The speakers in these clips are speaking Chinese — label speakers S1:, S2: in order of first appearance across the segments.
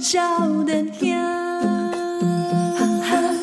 S1: 少年兄，哈哈。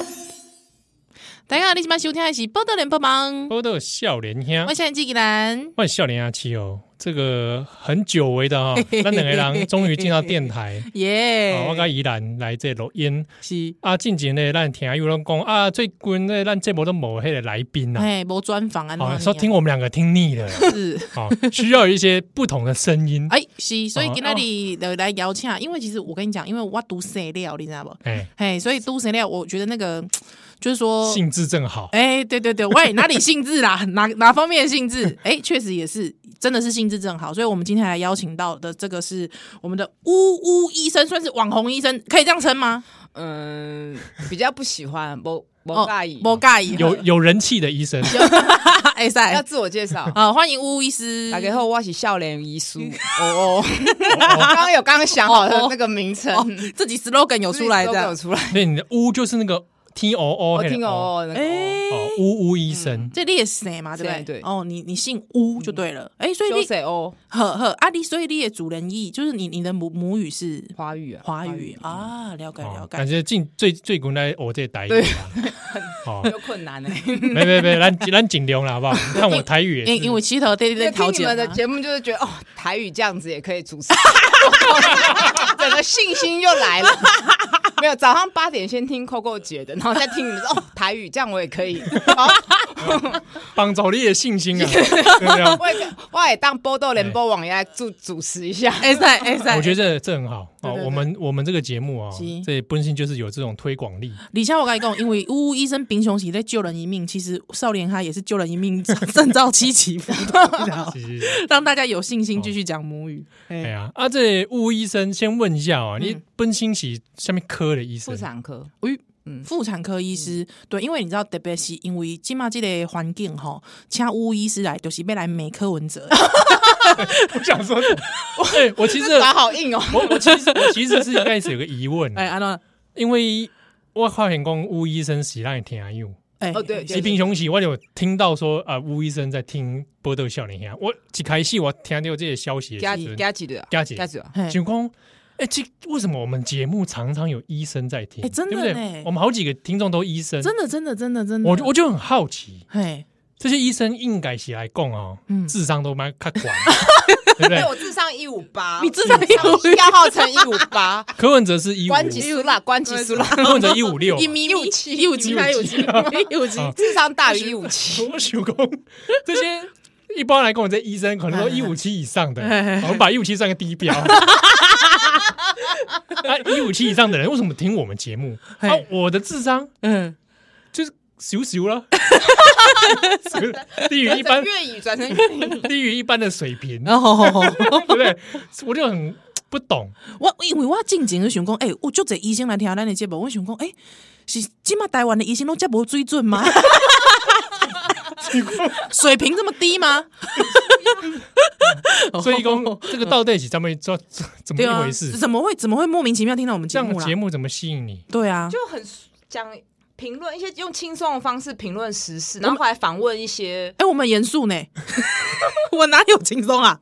S2: 大家好，你今晚收听的是《报道联播网》，
S3: 都有笑脸兄
S2: 我，现在纪纪兰，。
S3: 欢迎笑脸阿七哦，这个很久违的哈、哦，那两个人终于进到电台
S2: 耶、
S3: 啊、我甲宜兰来这录音
S2: 是，
S3: 啊，进前呢，咱听有人讲啊，最近呢，咱节目都无迄个来宾啊，
S2: 哎，无专访啊，
S3: 哦，说听我们两个听腻了，
S2: 是，
S3: 哦，需要一些不同的声音，
S2: 哎，是，所以今天你来邀请，因为其实我跟你讲，因为我读史料，你知道不？
S3: 哎，
S2: 哎，所以读史料，我觉得那个就是说，
S3: 兴致正好，
S2: 哎，对对对，喂，哪里兴致啦？哪哪方面的兴致？哎，确实也是，真的是兴致正好。所以我们今天来邀请到的这个是我们的呜呜医生，算是网红医生，可以这样称吗？
S4: 嗯， 比较不喜欢，不不介
S2: 哦
S4: 意。
S2: 不介意，
S3: 有有人气的医生，
S2: 哎塞，
S4: 要，自我介绍
S2: 啊，欢迎乌乌医师。
S4: 大家好，我是笑脸遗书。哦哦，我刚刚有刚刚想好的那个名称
S2: 嗯哦，自己 slogan 有出来
S4: 都有
S2: 的，
S4: 出来。
S3: 所以你的呜就是那个 T O O，
S4: 我
S3: 那个
S4: 听
S3: 哦，
S4: 哦，那个哦啊
S2: 哎，
S3: 哦，呜呜医生，
S2: 这你也是谁嘛？对不对？
S4: 对对
S2: 哦，你你姓乌就对了。哎，所以
S4: 修
S2: 你
S4: 谁哦，
S2: 呵呵，阿弟，所以你也主人意，就是你你的母母语是
S4: 华语啊，
S2: 华 语啊，了解了
S3: 哦，
S2: 解
S3: 感。觉近最最近来我这台语
S4: 对
S3: 啦，啊 哦，
S4: 有困难呢。欸
S3: 没没没，咱咱尽量了好不好？看我台语也
S2: 因
S3: 是，
S2: 因为七头对
S4: 因为
S2: 对对，
S4: 听
S2: 桃
S4: 你
S2: 姐
S4: 们的
S2: 嘛
S4: 节目就是觉得哦，台语这样子也可以主持，整个信心又 来了。没有，早上八点先听 Coco 姐的，然后再听你们说哦，台语这样我也可以，好
S3: 帮助你的信 心啊，对不对啊？
S4: 我也可以我也当波豆联播网也来主主持一下。
S2: 哎塞哎塞，
S3: 我觉得这这很好
S2: 对
S3: 哦
S2: 对对，
S3: 我们我们这个节目啊
S2: 是，
S3: 这本身就是有这种推广力，
S2: 李佳，我跟你讲，因为呜呜医生贫穷时在救人一命，其实少年他也是救人一命， 胜造七级浮屠，你知道吗
S3: 是是是
S2: 让大家有信
S3: 哦
S2: 心继续讲母语。
S3: 哎呀，啊，这吴医生先问一下啊，
S2: 嗯
S3: 你本身是下面科的医生
S2: 啊
S4: 妇，产科，
S2: 妇产科医师，对，因为你知道，特别是因为今嘛这个环境吼，请巫医师来就是要来美柯文哲，
S3: 我 想说，哎，我其实
S4: 打好硬哦。
S3: 我我其实我其实是一开始有个疑问，啊
S2: 哎，安诺，
S3: 因为我发现讲吴医生是让你听有。
S2: 哎，
S4: 哦对
S3: 疾病雄起，我有听到说啊，吴医生在听波豆笑脸兄，啊我一开始我听到这些消息的
S4: 加
S3: 时候，
S4: 加几对啊？
S3: 加几
S4: 加几啊？
S2: 嘿
S3: 想讲，哎、这为什么我们节目常常有医生在听？
S2: 哎真的
S3: 对不
S2: 呢
S3: 对？我们好几个听众都医生，
S2: 真的，真的，真的，真的，
S3: 我就我就很好奇，
S2: 嘿，
S3: 这些医生应该起来供哦，
S2: 嗯
S3: 智商都蛮看管， 对不对
S4: 对，？哎我智商一五八，
S2: 你智商158
S4: 要号称一五八，
S3: 柯文哲是一五，
S4: 关吉苏啦，关吉苏啦，
S3: 柯文哲一五六，
S2: 一米
S4: 一五七
S2: 一五七，一五七，一五七，
S3: 啊
S4: 智商大于一五七。
S3: 我想讲 这些。一般来讲，这医生可
S2: 哎
S3: 能都一五七以上的，我们把一五七算个低标。 啊，一五七以上的人为什么听我们节目？
S2: 嘿
S3: 啊，我的智商
S2: 嗯，
S3: 就是咻咻 了，咻低于一般
S4: 转成粤语转成粤语，
S3: 低于一般的水平，对
S2: 然后
S3: 不对？我就很不懂，
S2: 我因为我进前就想讲，哎，我就这医生来听咱的节目，我想讲，哎，是今嘛台湾的医生都这无水准吗？ 水平这么低吗？
S3: 所以讲这个到底是怎么怎 怎么
S2: 哦对
S3: 一
S2: 啊
S3: 回，事？
S2: 怎么会怎么会莫名其妙听到我们节
S3: 这样
S2: 目
S3: 的
S2: 啦
S3: 节？目怎么吸引你？
S2: 对啊，
S4: 就很讲评论一些用轻松的方式评论时事，然后后来访问一些
S2: 哎、我们很严肃呢， 我哪有轻松啊？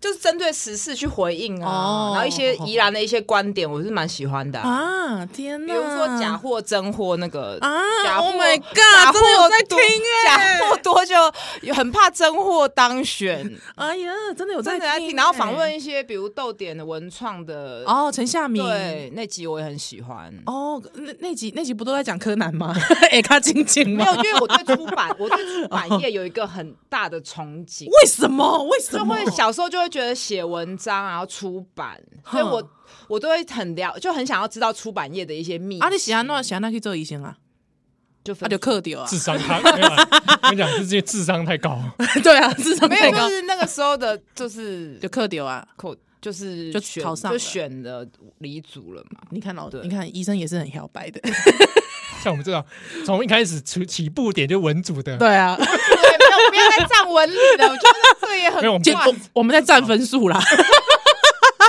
S4: 就是针对时事去回应
S2: 哦
S4: 啊，然后一些宜兰的一些观点，我是蛮喜欢的啊。
S2: 啊，天
S4: 比
S2: 哪！
S4: 如说假货真货那个
S2: 啊
S4: 假货
S2: ，Oh my God，
S4: 假货
S2: 真的有在
S4: 多
S2: 听欸
S4: 假货多就很怕真货 当选，
S2: 哎呀，真的有在
S4: 真
S2: 听
S4: 的在
S2: 欸、
S4: 听，然后访问一些比如豆点的文创的，
S2: 哦，陈夏明。
S4: 对那集我也很喜欢。
S2: 哦，那那集那集不都在讲柯南吗？ 哎，他静静
S4: 没
S2: 吗
S4: 有，？因为我对出 版，我对出版业有一个很大的憧憬，
S2: 哦为什么？为什
S4: 就
S2: 么
S4: 会？小时候就会觉得写文章然后出版，所以
S2: 哼
S4: 我我都会很了，就很想要知道出版业的一些秘密。
S2: 啊，你喜欢那喜欢那去做医生啊？
S4: 就
S2: 他
S4: 分
S2: 就克掉啊？
S3: 智商他， 没有啦我跟你讲，这些智商太高，
S2: 对啊，智商
S4: 没有，
S2: 太
S4: 就
S2: 高
S4: 是那个时候的，就是
S2: 就克掉啊！
S4: 扣就是
S2: 就
S4: 选
S2: 考上了
S4: 就选了黎族了嘛。
S2: 你看老，
S4: 对
S2: 你看医生也是很摇摆 的。
S3: 像我们这种从一开始起起步点就文组的，
S2: 对啊，
S4: 对，没有，不要再站文理了，我觉得这也很
S3: 没有我们
S2: 就
S4: 怪
S2: 我我们在占分数啦，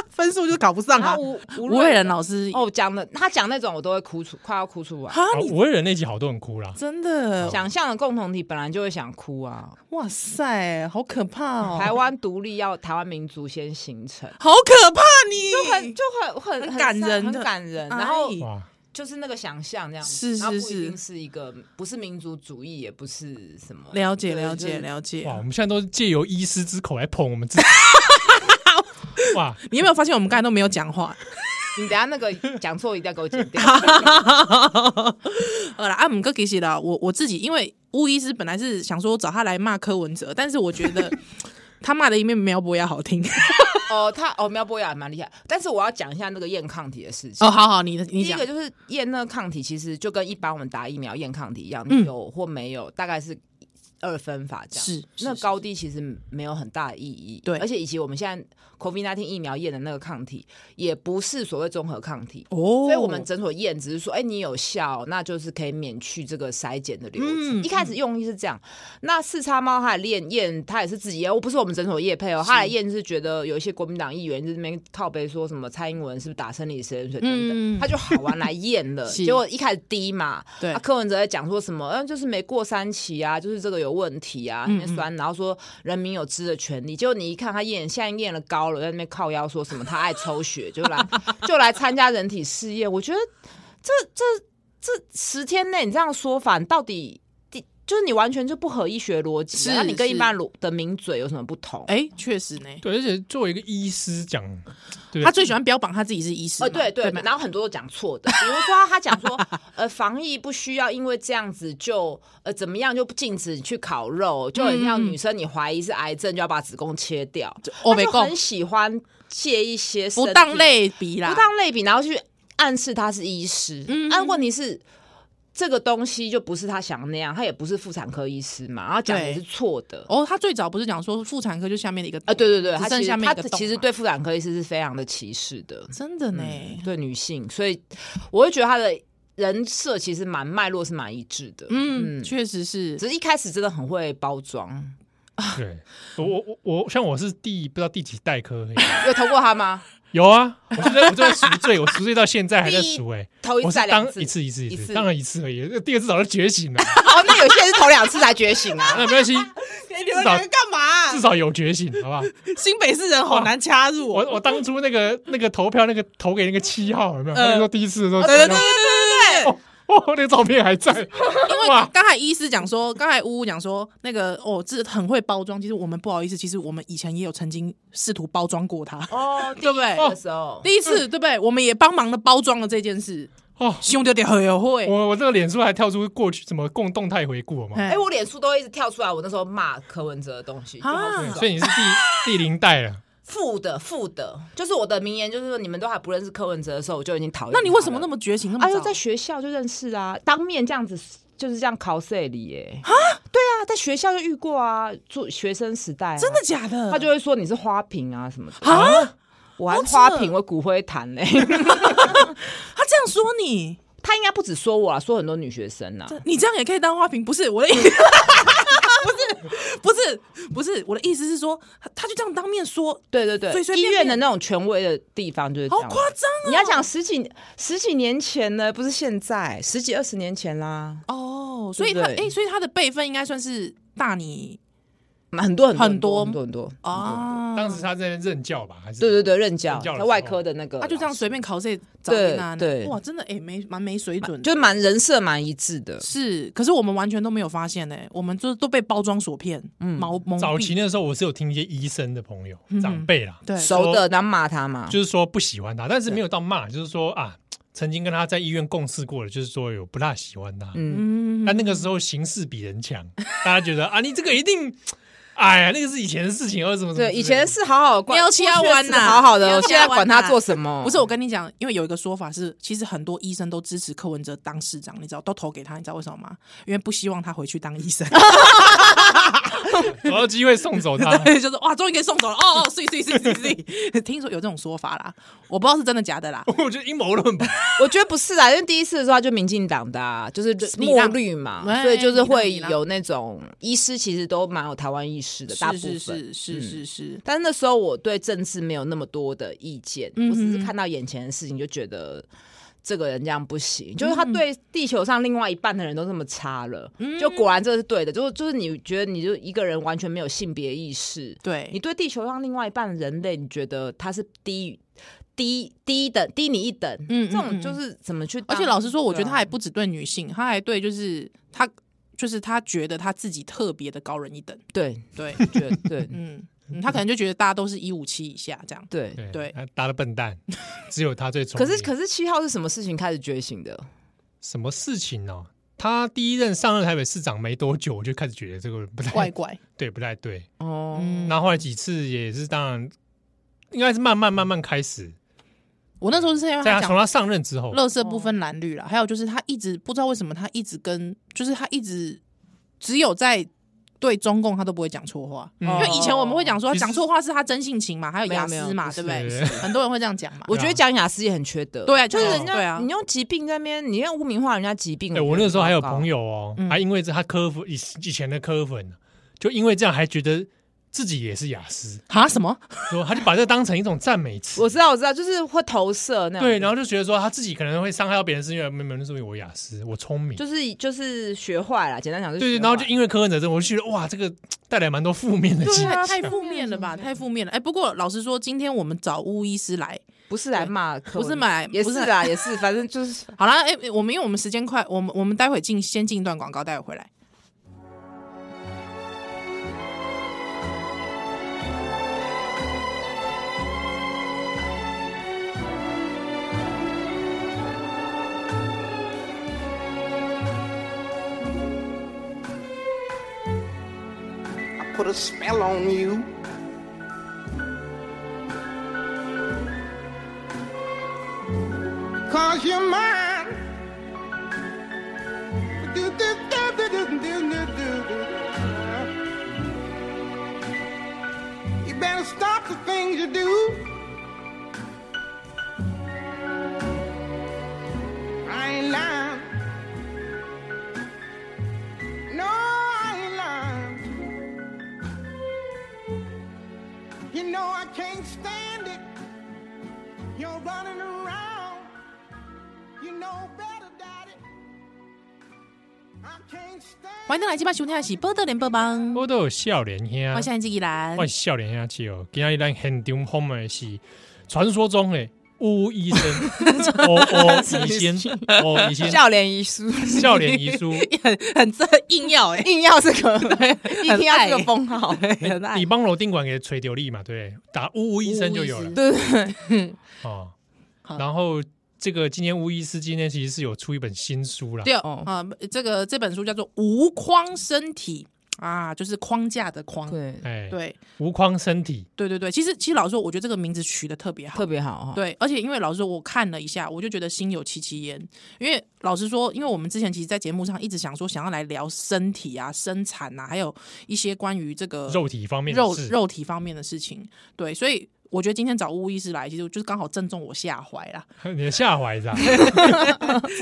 S2: 分数就是搞不上
S4: 然
S2: 啊。
S4: 后吴
S2: 吴
S4: 吴
S2: 瑞仁老师
S4: 哦讲的，他讲那种我都会哭出，快要哭出来。
S2: 哈，
S3: 啊
S2: 你
S3: 我忍那集好多人哭啦，
S2: 真的
S4: 想象的共同体本来就会想哭啊！
S2: 哇塞，好可怕哦！
S4: 台湾独立要台湾民族先形成，
S2: 好可怕，你
S4: 就很就很很
S2: 很感人
S4: 很
S2: 的
S4: 感人。
S2: 哎
S4: 然后
S3: 哇，
S4: 就是那个想象这样子，
S2: 是
S4: 然后
S2: 是
S4: 不一定
S2: 是
S4: 是一个不是民族主义，也不是什么
S2: 了解
S4: 对
S2: 了
S4: 就是
S2: 解了解
S3: 哇，。我们现在都是借由医师之口来捧我们自己。哇，
S2: 你有没有发现我们刚才都没有讲话？
S4: 你等一下那个讲错一定要给我剪掉。
S2: 好啦，啊，姆哥其实啦，我我自己因为巫医师本来是想说找他来骂柯文哲，但是我觉得他骂的一面苗博雅好听。
S4: 哦，他哦苗博雅蛮厉害，但是我要讲一下那个验抗体的事情。
S2: 哦，好好，你的
S4: 第
S2: 你
S4: 一
S2: 讲
S4: 个，就是验那个抗体，其实就跟一般我们打疫苗验抗体一样，
S2: 嗯
S4: 你有或没有，大概是二分法这样。
S2: 是是
S4: 那
S2: 是
S4: 高低其实没有很大的意义。
S2: 对
S4: 而且以及我们现在 COVID-19 疫苗验的那个抗体，也不是所谓综合抗体。
S2: 哦
S4: 所以我们诊所验只是说，哎、你有效，那就是可以免去这个筛检的流程。
S2: 嗯
S4: 一开始用意是这样，那四叉猫它也验验，它也是自己哎验，我不是我们诊所验配哦，它来验是觉得有一些国民党议员在那边靠背说什么蔡英文是不是打生理食盐水等
S2: 嗯
S4: 等，他、就好玩来验了，
S2: 是
S4: 结果一开始低嘛，
S2: 对
S4: 啊，柯文哲在讲说什么？嗯，就是没过三期啊，就是这个有问题啊，
S2: 嗯
S4: 那边酸，然后说人民有知的权利。结果你一看他验，现在验了高了，在那边靠腰说什么他爱抽血，就来 就来参加人体试验。我觉得这这这十天内你这样说法，你到底第就是你完全就不合医学逻辑
S2: 是
S4: 啊，那你跟一
S2: 是
S4: 般的名嘴有什么不同？
S2: 哎，确实呢，
S3: 对，而且作为一个医师讲，对
S2: 他最喜欢标榜他自己是医师嘛，
S4: 哦，对对，
S2: 吧
S4: 然后很多都讲错的， 比如说他讲 说，呃，防疫不需要因为这样子就呃怎么样就不禁止你去烤肉，就很像女生你怀疑是癌症就要把子宫切掉，
S2: 我
S4: 他
S2: 哦没
S4: 嗯就
S2: 讲
S4: 很喜欢借一些身
S2: 不当
S4: 体
S2: 类比啦，
S4: 不当类比，然后去暗示他是医师，
S2: 嗯
S4: 但问题是。这个东西就不是他想的那样，他也不是妇产科医师嘛，然后讲的也
S2: 对
S4: 是错的。
S2: 哦，他最早不是讲说妇产科就下面的一个
S4: 啊，对对对，
S2: 只
S4: 他
S2: 剩
S4: 其
S2: 下
S4: 实
S2: 面一
S4: 他
S2: 个洞
S4: 其实
S2: 嘛
S4: 对妇产科医师是非常的歧视的。
S2: 真的呢，
S4: 嗯对女性，所以我会觉得她的人设其实蛮脉络是蛮一致的，
S2: 嗯，确实是
S4: 只是一开始真的很会包装。
S3: 对我我我我像我是第不知道第几代科而已，
S4: 有投过他吗？
S3: 有啊，我就在我就在赎罪，我赎罪到现在还在赎哎，
S4: 投一
S3: 我
S4: 次
S3: 是
S4: 还
S3: 当
S4: 两次？
S3: 一次一次一
S4: 一
S3: 次，
S4: 次
S3: 当然一次而已，第二次早就觉醒了，
S4: 哦，那有些人是投两次才觉醒啊。
S3: 那没关 系，
S2: 你
S3: 们两个
S2: 干嘛
S3: 至少有觉醒，好不好？
S2: 新北市人好难掐入哦
S3: 我我当初那个那个投票那个投给那个七号有没有？
S2: 嗯
S3: 那时候第一次的时
S4: 哦
S3: 候，
S2: 对对对对对对对，
S3: 哦，那个照片还在， 因
S2: 因为刚才医师讲说，刚才呜呜讲说那个哦，这很会包装。其实我们不好意思，其实我们以前也有曾经试图包装过他，
S4: 哦，
S2: 对不哦对？
S4: 那个时候
S2: 第一次对不对？我们也帮忙的包装了这件事，
S3: 哦，
S2: 兄弟点很有会。
S3: 我我这个脸书还跳出过去什么共动态回顾嘛，
S2: 哎
S4: 哎，我脸书都一直跳出来，我那时候骂柯文哲的东西，就好
S2: 啊
S4: 爽
S3: 所以你是 第第零代了。
S4: 负的负的，就是我的名言，就是说你们都还不认识柯文哲的时候，我就已经讨厌他
S2: 那
S4: 了。
S2: 你为什么那么绝情？那么
S4: 哎呦，
S2: 早
S4: 在学校就认识啊，当面这样子就是这样 cos 里耶。啊，对啊，在学校就遇过啊，做学生时代、啊、
S2: 真的。假的？
S4: 他就会说你是花瓶啊哦什么的，
S2: 啊，
S4: 我还
S2: 好扯
S4: 花瓶，我骨灰坛嘞。
S2: 他这样说你，
S4: 他应该不止说我啊，说很多女学生啊。
S2: 你这样也可以当花瓶？不是我的意 思，不是不是不是我的意思是说，他他就这样当面说，
S4: 对对对
S2: 随，随
S4: 医
S2: 便便
S4: 院的那种权威的地方就是这
S2: 好
S4: 样。
S2: 夸张啊！
S4: 你要讲十几十几年前呢，不是现在，十几二十年前啦，
S2: 哦，所以
S4: 对
S2: 他
S4: 不
S2: 哎、
S4: 对
S2: 诶所以他的辈分应该算是大你
S4: 很多
S2: 很
S4: 很
S2: 多
S4: 多很多很多很多。
S2: 啊。
S3: 当时他在那边任教吧，还是
S4: 对对对，任教
S3: 任教的
S4: 他
S3: 时候
S4: 外科的那个老
S2: 他啊
S4: 师，
S2: 就这样随便考这找给他呢，
S4: 对对
S2: 哇，真的哎、诶没蛮没水准的，
S4: 就蛮人设蛮一致的。
S2: 是，可是我们完全都没有发现呢、我们就都被包装所骗，嗯，毛蒙蔽
S3: 早期那时候我是有听一些医生的朋友长辈啦，
S2: 嗯对
S4: 熟的，然后骂他嘛。
S3: 就是说不喜欢他，但是没有到骂，就是说啊，曾经跟他在医院共事过的，就是说有不大喜欢他。
S4: 嗯，
S2: 嗯，
S3: 但那个时候形势比人强， 大家觉得啊，你这个一定，哎呀，那个是以前的事情，或者什么什么之类的。
S4: 对，以前是好好管，
S2: 喵七要弯呐
S4: 过去是好好的，
S2: 喵
S4: 我
S2: 七
S4: 现
S2: 要
S4: 在
S2: 弯呐
S4: 管他做什么？
S2: 不是我跟你讲，因为有一个说法是，其实很多医生都支持柯文哲当市长，你知道都投给他，你知道为什么吗？因为不希望他回去当医 生，
S3: 找到机会送走 他，
S2: 对，就是哇，终于可以送走了，哦哦，碎碎碎碎碎， 听说有这种说法啦，我不知道是真的假的
S4: 哦
S2: 啦，
S3: 我觉得阴谋论吧。
S4: 我觉得不是啊，因为第一次的时候他就民进党的、啊，就是
S2: 你
S4: 墨
S2: 让
S4: 绿嘛
S2: 哎，
S4: 所以就是会
S2: 你让你让
S4: 有那种医师其实都蛮有台湾意吃的，大部
S2: 是
S4: 分
S2: 是
S4: 嗯
S2: 是是是是，
S4: 但是那时候我对政治没有那么多的意见，
S2: 嗯
S4: 我只
S2: 哼
S4: 是看到眼前的事情就觉得这个人这样不行，就是他对地球上另外一半的人都这么差了，就果然这是对的，就是就是你觉得你就一个人完全没有性别意识，你
S2: 对，
S4: 对地球上另外一半的人类，你觉得他是低于低低等低你一等，
S2: 嗯
S4: 这种
S2: 嗯
S4: 就
S2: 嗯
S4: 是怎么去当？
S2: 而且老实说，我觉得他还
S4: 对啊
S2: 不只对女性，他还对就是他就是他觉得他自己特别的高人一等，
S4: 对
S2: 对，
S4: 觉得对
S2: 嗯嗯，他可能就觉得大家都是一五七以下这样，
S4: 对。
S2: 对
S3: 他打了笨 蛋，只有他最聪
S4: 可
S3: 明。
S4: 是可是七号是什么事情开始觉醒的？
S3: 什么事情呢、他第一任上任台北市长没多久，我就开始觉得这个人不太
S2: 怪怪，
S3: 对，不太对。
S4: 哦，
S2: 嗯，
S3: 那后来几次也是，当然应该是慢慢慢慢开始，
S2: 我那时候是因为
S3: 在
S2: 他
S3: 他
S2: 讲
S3: 从他上任之后，
S2: 乐色不分蓝绿了，还有就是他一直不知道为什么他一直跟，就是他一直只有在对中共他都不会讲错话，
S3: 嗯
S2: 因为以前我们会讲说
S3: 其实
S2: 讲错话是他真性情嘛，还有雅思嘛，
S4: 没
S2: 对
S4: 有
S2: 不
S3: 有
S4: 没
S3: 不是
S2: 对？很多人会这样讲嘛。
S4: 我
S3: 啊
S4: 觉得讲雅思也很缺德。
S2: 对啊
S4: 就是人
S2: 哦对啊
S4: 家你用疾病在那边，你用污名化人家疾病。
S3: 哎、我那个时候还有朋
S4: 友，
S3: 友哦，
S2: 嗯
S3: 还因为这他科粉以以前的科粉，啊就因为这样还觉得自己也是雅思，
S2: 啊什么？
S3: 说他就把这当成一种赞美词
S4: 我。知道，我知道，就是会投射那种。
S3: 对，然后就觉得说他自己可能会伤害到别人，是因为没有没有，那是因为我雅思，我聪明。
S4: 就是就是学坏了，简单讲就是
S3: 对，
S4: 学
S3: 然后
S4: 坏
S3: 就因为科粉者，我就觉得哇，这个带来蛮多负面的情
S2: 太
S3: 绪。
S2: 啊太负面了吧，太负面了。哎，不过老实说，今天我们找巫医师来，
S4: 不是来骂柯文，
S2: 不是买
S4: 也
S2: 不
S4: 是
S2: 是
S4: 啊，也是，反正就是
S2: 好啦，哎，我们因为我们时间快，我们我们待会进先进一段广告，待会回来。
S5: I put a spell on you. Cause you're mine. Do, do, do, do, do, do, do, do, do. You better stop the things you do. I ain't lying. No, I ain't lying. You know I can't stand it. You're running around. You know better, Daddy. I can't stand
S2: 欢迎来今晚收听的是《波特联播 帮》，
S3: 我都有笑脸呀
S2: 我，现在是依兰
S3: 我，笑脸下去哦。今天咱很丢轰的是传说中的巫医生，哦哦医生，哦医生，
S4: 笑脸遗书，
S3: 笑脸遗书。
S2: 很很这硬要哎，
S4: 硬要这 个，一定要这
S2: 爱
S4: 个 封号，
S2: 很爱
S3: 你帮楼宾馆给垂流力嘛，对不对？打呜呜一声就有了
S4: 对对对，
S3: 哦。
S2: 好
S3: 然后这个今年吴医师今天其实是有出一本新书啦，
S2: 对
S4: 哦
S2: 啊、这个这本书叫做《无框身体》啊，就是框架的框。
S4: 对，
S3: 哎，
S2: 对
S3: 无框身体，
S2: 对对对，其实其实老实说，我觉得这个名字取得特别好。
S4: 特别好
S3: 哦
S4: 哈。
S2: 对，而且因为老实说，我看了一下，我就觉得心有戚戚焉。因为老实说，因为我们之前其实，在节目上一直想说，想要来聊身体啊、生产啊，还有一些关于这个
S3: 肉体方面的
S2: 肉
S3: 事，
S2: 肉体方面的事情。对，所以我觉得今天找巫医师来，其实就是刚好正中我下怀啦。
S3: 你的下怀是吧？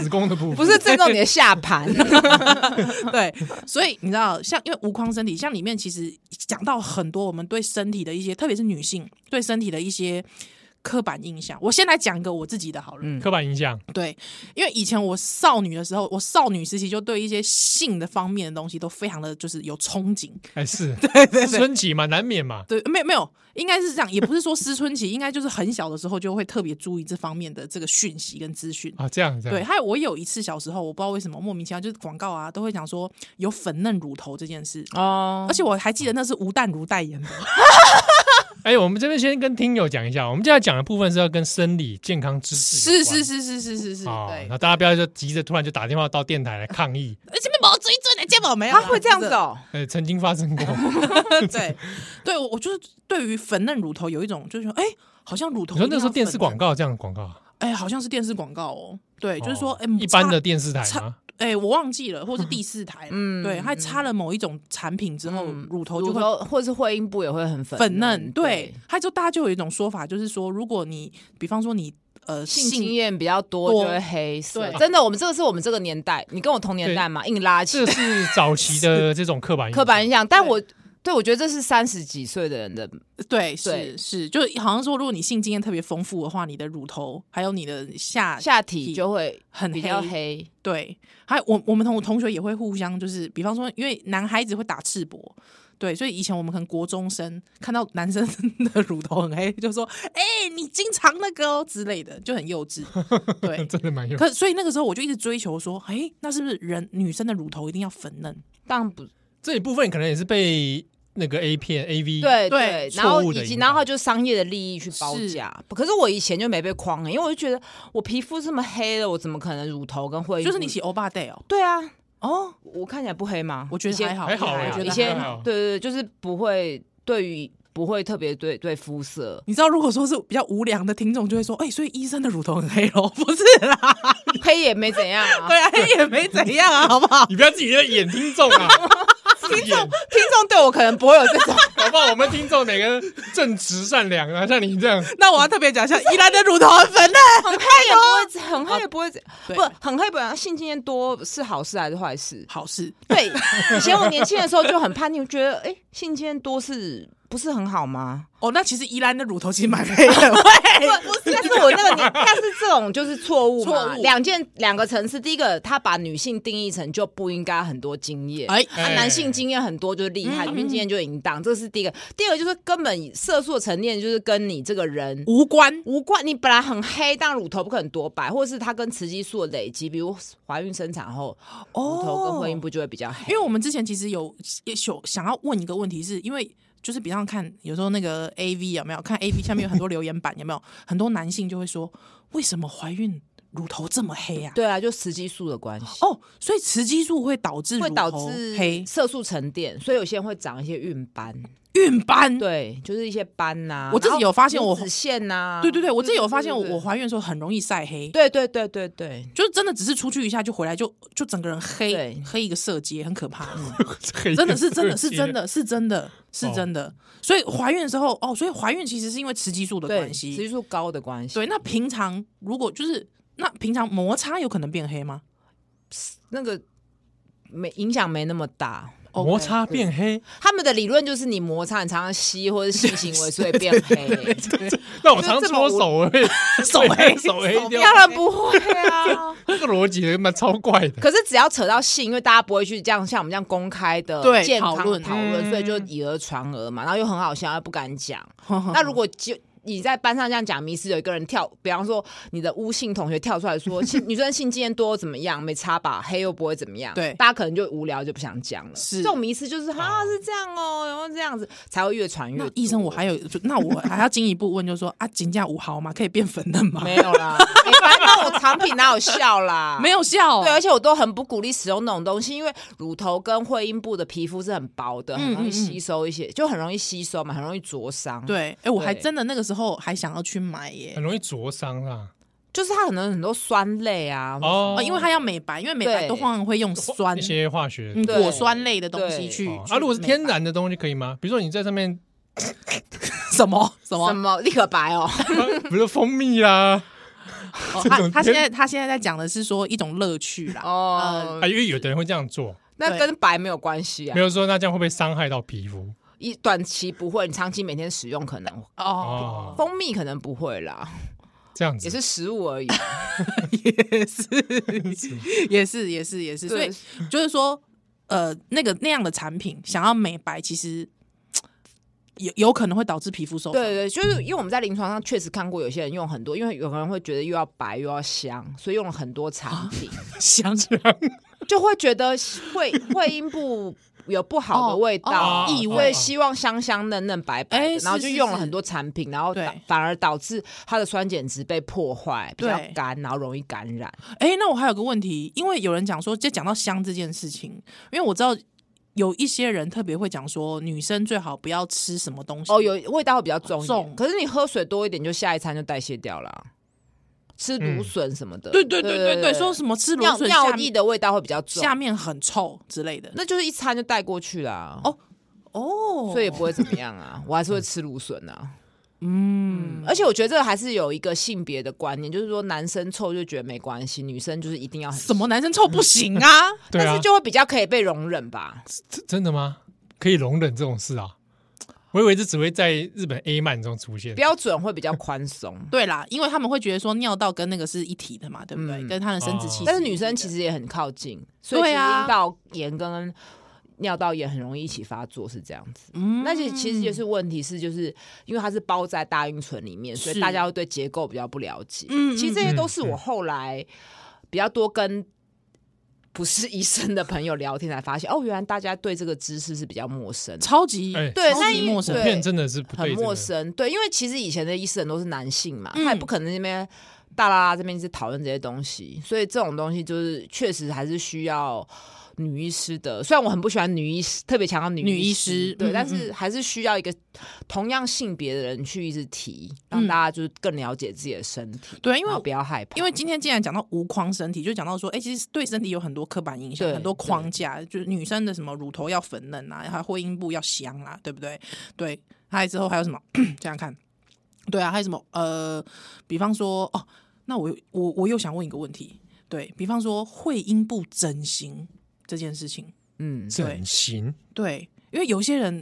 S3: 子宫的部分
S4: 不是正中你的下盘，
S2: 对，所以你知道，像因为无框身体，像里面其实讲到很多我们对身体的一些，特别是女性对身体的一些刻板印象。我先来讲一个我自己的好了，
S4: 嗯
S3: 刻板印象，
S2: 对，因为以前我少女的时候，我少女时期就对一些性的方面的东西都非常的就是有憧憬。
S3: 哎是，对对春季嘛，难免嘛，
S2: 对，没有没有，应该是这样，也不是说思春期，应该就是很小的时候就会特别注意这方面的这个讯息跟资讯。
S3: 啊这样这
S2: 对，
S3: 样，
S2: 还有我有一次小时候，我不知道为什么莫名其妙，就是广告啊都会讲说有粉嫩乳头这件事，
S4: 哦
S2: 而，且我还记得那是吴淡如代言的，
S3: 哎，我们这边先跟听友讲一下，我们现在讲的部分是要跟生理健康知识
S2: 是
S3: 有关，
S2: 是是是是是是，
S3: 啊，
S2: 对
S3: 那，大家不要就急着突然就打电话到电台来抗议，
S2: 前面没有追踪的，结果没有啦，
S4: 他会这样子哦，
S3: 呃，曾经发生过，
S2: 真的， 对，对我我就是对于粉嫩乳头有一种就是说，哎，好像乳头，
S3: 你说那时候电视广，告这样的广告啊，
S2: 哎，好像是电视广告哦，对，就是说，
S3: 哦
S2: 哎，
S3: 一般
S2: 擦
S3: 的，电视台吗？
S2: 哎，我忘记了，或是 第四台，
S4: 嗯
S2: 对，它擦了某一种产品之后，乳头就
S4: 乳
S2: 会
S4: 头或是会阴部也会很粉
S2: 粉嫩，对，，还就大家就有一种说法，就是说，如果你比方说你呃
S4: 性经验比较多
S2: 多
S4: 就会黑色。
S2: 对
S4: 真的，我们这个是我们这个年代，你跟我同年代嘛，硬拉起
S3: 这
S4: 来
S3: 是早期的这种刻板印象，
S4: 刻板印象。但我对，我觉得这是三十几岁的人的，
S2: 对，
S4: 对
S2: 是是，就好像说，如果你性经验特别丰富的话，你的乳头还有你的下
S4: 下体就会
S2: 很
S4: 比较
S2: 黑
S4: 黑，
S2: 对，还有我我们同同学也会互相就是，比方说，因为男孩子会打赤膊，对，所以以前我们可能国中生看到男生 的乳头很黑，就说：“哎、你经常那个哦之类的，就很幼稚。”对
S3: 真的蛮有。
S2: 可所以那个时候我就一直追求说：“哎、那是不是人女生的乳头一定要粉嫩
S4: 当然不
S3: 这一部分可能也是被那个 A 片 A V
S4: 对
S2: 对
S4: 然后
S3: 错误的
S4: 以及
S3: 引导
S4: 然后就商业的利益去包
S2: 是
S4: 夹。可是我以前就没被框、欸，因为我就觉得我皮肤这么黑了，我怎么可能乳头跟会？
S2: 就是你洗欧巴 day 哦，
S4: 对啊，
S2: 哦，
S4: 我看起来不黑吗？
S2: 我觉
S4: 以
S2: 得
S4: 前
S2: 还好，
S3: 还好
S2: 我觉
S3: 啦
S2: 得
S4: 以
S2: 还
S4: 前
S3: 还
S2: 好
S3: 好
S4: 对对对，就是不会对于不会特别对对肤色
S2: 你知道，如果说是比较无良的听众，就会说：“哎、所以医生的乳头很黑咯， 不是啦，
S4: 黑也没怎样啊。
S2: 对啊，黑也没怎样啊，好不好？
S3: 你不要自己在演听众 啊，听众
S4: 听众对我可能不会有这种，
S3: 好不好？我们听众哪个正直善良啊？像你这样，
S2: 那我要特别讲一下，依兰的乳头很粉嫩，
S4: 很黑也不会，很黑也不会怎，
S2: 对
S4: 不很黑本来性经验多是好事还是坏事？
S2: 好事。
S4: 对，以前我年轻的时候就很叛逆，我觉得哎、诶性经验多是不是很好 吗？
S2: 哦，那其实依兰的乳头其实蛮黑 的，喂，哎不是
S4: 但是我那个年，但是这种就是错误嘛
S2: 错，误
S4: 两件两个层次。第一个，他把女性定义成就不应该很多经验，
S2: 哎嗯
S4: 啊，男性经验很多就厉害，女性经验就淫荡，这是第一个。第二个就是根本色素的沉淀就是跟你这个人。
S2: 无关。
S4: 无关，你本来很黑，但乳头不可能多白，或者是它跟雌激素的累积，比如怀孕生产后，乳头跟婚姻部就会比较黑。
S2: 哦因为我们之前其实有也有想要问一个问题是，因为就是比方看有时候那个 A V 有没有看 A V 下面有很多留言板 有没有很多男性就会说，为什么怀孕乳头这么黑啊？
S4: 对啊，就雌激素的关系。
S2: 哦，所以雌激素会导致
S4: 会
S2: 乳
S4: 导
S2: 头
S4: 致
S2: 黑
S4: 色素沉淀，所以有些人会长一些孕斑，
S2: 孕斑。
S4: 对，就是一些斑呐、
S2: 嗯我自己
S4: 然后
S2: 有发现我
S4: 乳子线呐、嗯
S2: 对对对，我自己有发现我，我
S4: 啊对
S2: 怀孕的时候很容易晒黑，
S4: 对对对对对
S2: 就是真的只是出去一下就回来就就整个人黑
S4: 对
S2: 黑一个色阶，很可怕。 嗯
S3: 这个
S2: 真的是
S3: 也
S2: 真的是真
S3: 恶
S2: 的是真的
S3: 哦
S2: 是真的，所以怀孕的时候哦，所以怀孕其实是因为雌激素的
S4: 对，
S2: 关
S4: 雌激
S2: 系。
S4: 素高的关系，
S2: 对，那平常如果就是那平常摩擦有可能变黑 吗？
S4: 那个没影响没那么大。
S3: 心摩擦变黑。
S4: 他们的理论就是你摩擦，你常常吸或者性行为，所以变黑。
S3: 那我常搓手会手黑手黑掉，
S4: 当然不会啊，
S3: 这个逻辑蛮超怪的。
S4: 可是只要扯到性，因为大家不会去这样像我们这样公开的
S2: 对
S4: 健康
S2: 讨
S4: 的
S2: 论嗯
S4: 讨论，所以就以讹传讹嘛，然后又很好笑，又不敢讲。那
S2: 那
S4: 如果就你在班上这样讲，迷失有一个人跳，比方说你的巫性同学跳出来说，性女生性经验多怎么样，没差吧，黑又不会怎么样，
S2: 对
S4: 大家可能就无聊就不想讲了。
S2: 是
S4: 这种迷失就是啊是这样哦，然后这样子才会越传越
S2: 那
S4: 多。
S2: 医生，我还有就那我还要进一步问，就说啊，金价五毫吗？可以变粉嫩吗？
S4: 没有 啦，哎反正那种产品哪有效啦，
S2: 没。有效
S4: 对，，而啊且我都很不鼓励使用那种东西，因为乳头跟会阴部的皮肤是很薄的，很容易吸收一些，就很容易吸收嘛，很容易灼伤。，
S2: 对，哎，我还
S4: 嗯对
S2: 真的那个时候还想要去买耶
S3: 很。容易灼伤啦。
S4: 就是它可能很多酸类啊，
S3: 哦
S2: 哦，因为它要美白，因为美白
S4: 对
S2: 都通常会用酸
S3: 一，哦些化学
S2: 嗯，
S4: 对
S2: 果酸类的东西
S4: 对
S2: 去
S3: 哦。
S2: 去
S3: 啊，如果是天
S2: 美白
S3: 然的东西可以吗？比如说你在上面
S2: 什么什么
S4: 什么立可白哦，
S3: 比如说蜂蜜啦，
S2: 哦
S3: 这
S2: 他
S3: 种
S2: 他
S3: 天
S2: 现在他现在在讲的是说一种乐趣啦。
S4: 哦
S2: 呃
S3: 啊，因为有的人会这样做，
S4: 那
S2: 对
S4: 跟白没有关系啊
S3: 没，有说那这样会不会伤害到皮肤？
S4: 一短期不会，你长期每天使用可能，
S2: 哦，
S4: 蜂蜜可能不会啦，
S3: 这样子
S4: 也是食物而已。
S2: 也是 也是也是也是，所以
S4: 对
S2: 就是说，呃，那个那样的产品想要美白，其实有有可能会导致皮肤受
S4: 对
S2: 伤。
S4: 对，就是因为我们在临床上确实看过有些人用很多，因为有人会觉得又要白又要香，所以用了很多产品，
S2: 想起
S4: 就会觉得 会会阴部有不好的味
S3: 哦
S4: 道。
S2: 异
S4: 所以
S2: 味
S3: 哦
S4: 希望香香嫩嫩白白的
S2: 哎
S4: 然后
S2: 是
S4: 就是用了
S2: 是
S4: 很多产品，然后
S2: 对
S4: 导反而导致它的酸碱值被破坏，比较
S2: 对
S4: 干，然后容易感染。
S2: 哎、那我还有个问题，因为有人讲说，就讲到香这件事情，因为我知道有一些人特别会讲说，女生最好不要吃什么东西。
S4: 哦，有味道会比较重一点
S2: 重
S4: 可是你喝水多一点，就下一餐就代谢掉了啊。吃芦笋什么的，
S2: 对对对对对，说什么吃芦
S4: 尿
S2: 笋
S4: 尿
S2: 下
S4: 液
S2: 面
S4: 的味道会比较重，
S2: 下面很臭之类的。
S4: 那就是一餐就带过去啊啦。
S2: 哦哦，
S4: 所以也不会怎么样啊，我还是会吃芦笋啊。嗯，而且我觉得这个还是有一个性别的观念，就是说男生臭就觉得没关系，女生就是一定要很
S2: 什么男生臭不行啊？。
S3: 对
S4: 但
S3: 啊
S4: 是，就会比较可以被容忍吧。
S3: 真真的吗？可以容忍这种事啊？我以为这只会在日本 A 漫中出现。
S4: 标准会比较宽松
S2: 对啦，因为他们会觉得说尿道跟那个是一体的嘛，对不对？
S4: 嗯
S2: 跟他的生殖器一体的，
S4: 但是女生其实也很靠近，所以其
S2: 对
S4: 实
S2: 啊
S4: 阴道炎跟尿道炎很容易一起发作，是这样子。
S2: 嗯，
S4: 那其其实就是问题是，就是因为它是包在大阴唇里面，所
S2: 是
S4: 以大家会对结构比较不了解。
S2: 嗯嗯
S4: 其实这些都是
S3: 嗯嗯
S4: 我后来比较多跟不是医生的朋友聊天才发现，哦，原来大家对这个知识是比较陌生的。
S2: 超级
S3: 哎
S4: 对
S2: 超
S4: 那
S2: 级
S4: 因为
S2: 陌生
S3: 普
S4: 对，
S3: 遍真的是不
S4: 很
S3: 对，
S4: 陌。生。对，因为其实以前的医生都是男性嘛，
S2: 嗯
S4: 他也不可能那边大啦啦这边一直讨论这些东西，所以这种东西就是确实还是需要。女医师的，虽然我很不喜欢女医师，特别强调女
S2: 女医
S4: 医
S2: 师
S4: 对，
S2: 嗯
S4: 但是还是需要一个同样性别的人去一直提，让大家就是更了解自己的身体，
S2: 嗯对，因
S4: 然后不
S2: 为
S4: 要害怕，
S2: 因为今天既然讲到无框身体，就讲到说，哎、其实对身体有很多刻板印象，
S4: 对
S2: 很多框架，就是女生的什么乳头要粉嫩啊，还有会阴部要香啊，对不对？对，还有之后还有什么？ 想想看，对啊，还有什么？呃，比方说，哦，那我我我又想问一个问题，对比方说会阴部整形这件事情，
S4: 嗯，
S3: 整形
S2: 对，因为有些人，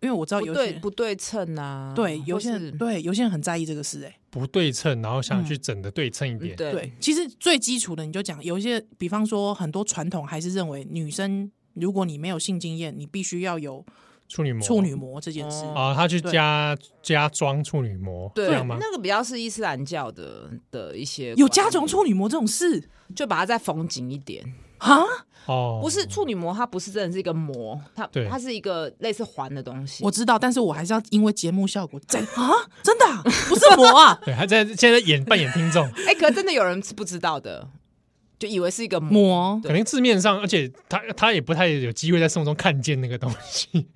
S2: 因为我知道
S4: 不
S2: 有些
S4: 对
S2: 人
S4: 不对称啊，
S2: 对有
S4: 或
S2: 些
S4: 是
S2: 人对有些人很在意这个事、哎。
S3: 不对称，然后想去整的对称一点。
S4: 嗯对
S2: 对，其实最基础的你就讲，有一些，比方说很多传统还是认为女生如果你没有性经验，你必须要有
S3: 处女膜，
S2: 处女膜这件
S4: 哦
S2: 事。
S3: 啊，他去加加装处女膜，
S4: 对
S3: 这样吗？
S4: 那个比较是伊斯兰教的的一些
S2: 有
S4: 观
S2: 加种
S4: 念
S2: 处女膜这种事
S4: 就把它再缝紧一点。
S2: 啊？
S3: 哦，
S4: 不是处女膜，它不是真的是一个膜，它
S3: 对，
S4: 它是一个类似环的东西。
S2: 我知道，但是我还是要因为节目效果在啊，真的啊、不是膜啊
S3: 对，他在现在演扮演听众，
S4: 哎、可是真的有人是不知道的，就以为是一个膜。
S2: 膜
S3: 可能字面上，而且他他也不太有机会在生活中看见那个东西，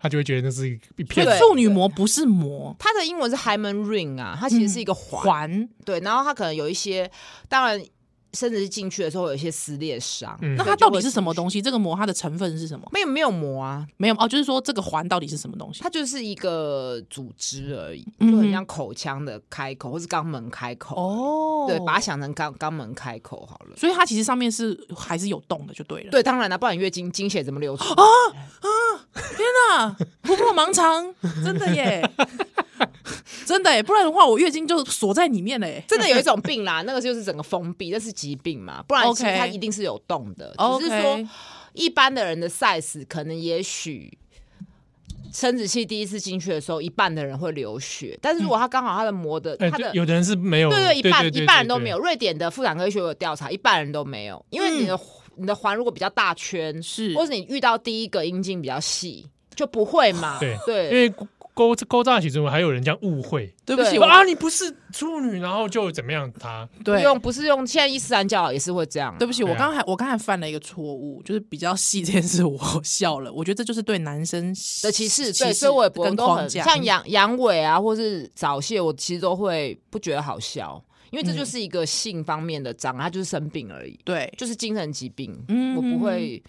S3: 他就会觉得那是一片
S4: 对
S2: 处女膜不是膜
S4: 它的英文是 hymen ring 啊，它其实是一个环。
S2: 环，
S4: 对，然后它可能有一些，当然甚至是进去的时候会有一些撕裂伤。
S3: 嗯
S2: 那它到底是什么东西？这个膜它的成分是什么？
S4: 没有没有膜啊，
S2: 没有哦，就是说这个环到底是什么东西？
S4: 它就是一个组织而已，
S2: 嗯
S4: 就很像口腔的开口或是肛门开口。，
S2: 哦，
S4: 对，把它想成肛肛门开口好了。
S2: 所以它其实上面是还是有洞的，就对了。
S4: 对，当然了，不然月经经血怎么流出？哦
S2: 天呐，突破啊盲 肠，真的耶，真的耶，不然的话我月经就锁在里面了耶。
S4: 真的有一种病啦，那 个就是整个封闭，那是疾病嘛，不然
S2: OK
S4: 其实它一定是有洞的。只是
S2: OK
S4: 说一般的人的 size 可能也许生殖器第一次进去的时候，一半的人会流血，但是如果他刚好他的膜的
S3: 哎，
S4: 他的
S3: 对有的人是没有，
S4: 对对，一半一半人都没有。
S3: 对。
S4: 瑞典的妇产科医学有调查，一半人都没有，因为你的你的环如果比较大圈，
S2: 是
S4: 或是你遇到第一个阴茎比较细，就不会嘛。
S3: 对因
S4: 对
S3: 为勾勾诈起中还有人这样误会，
S2: 对不起，
S4: 对
S2: 我
S3: 啊，你不是处女，然后就怎么样？他
S4: 不
S2: 对
S4: 用不是用现在伊斯兰教也是会这样啊，
S2: 对不起，
S3: 对啊
S2: 我刚才我刚才犯了一个错误，就是比较细这件事，我笑了。我觉得这就是对男生
S4: 的歧视，对，所以我也不
S2: 跟
S4: 都
S2: 框
S4: 很
S2: 架，嗯
S4: 像阳阳痿啊，或是早泄，我其实都会不觉得好笑，因为这
S2: 嗯
S4: 就是一个性方面的障碍，它就是生病而已，
S2: 对，
S4: 就是精神疾病，
S2: 嗯
S4: 我不会，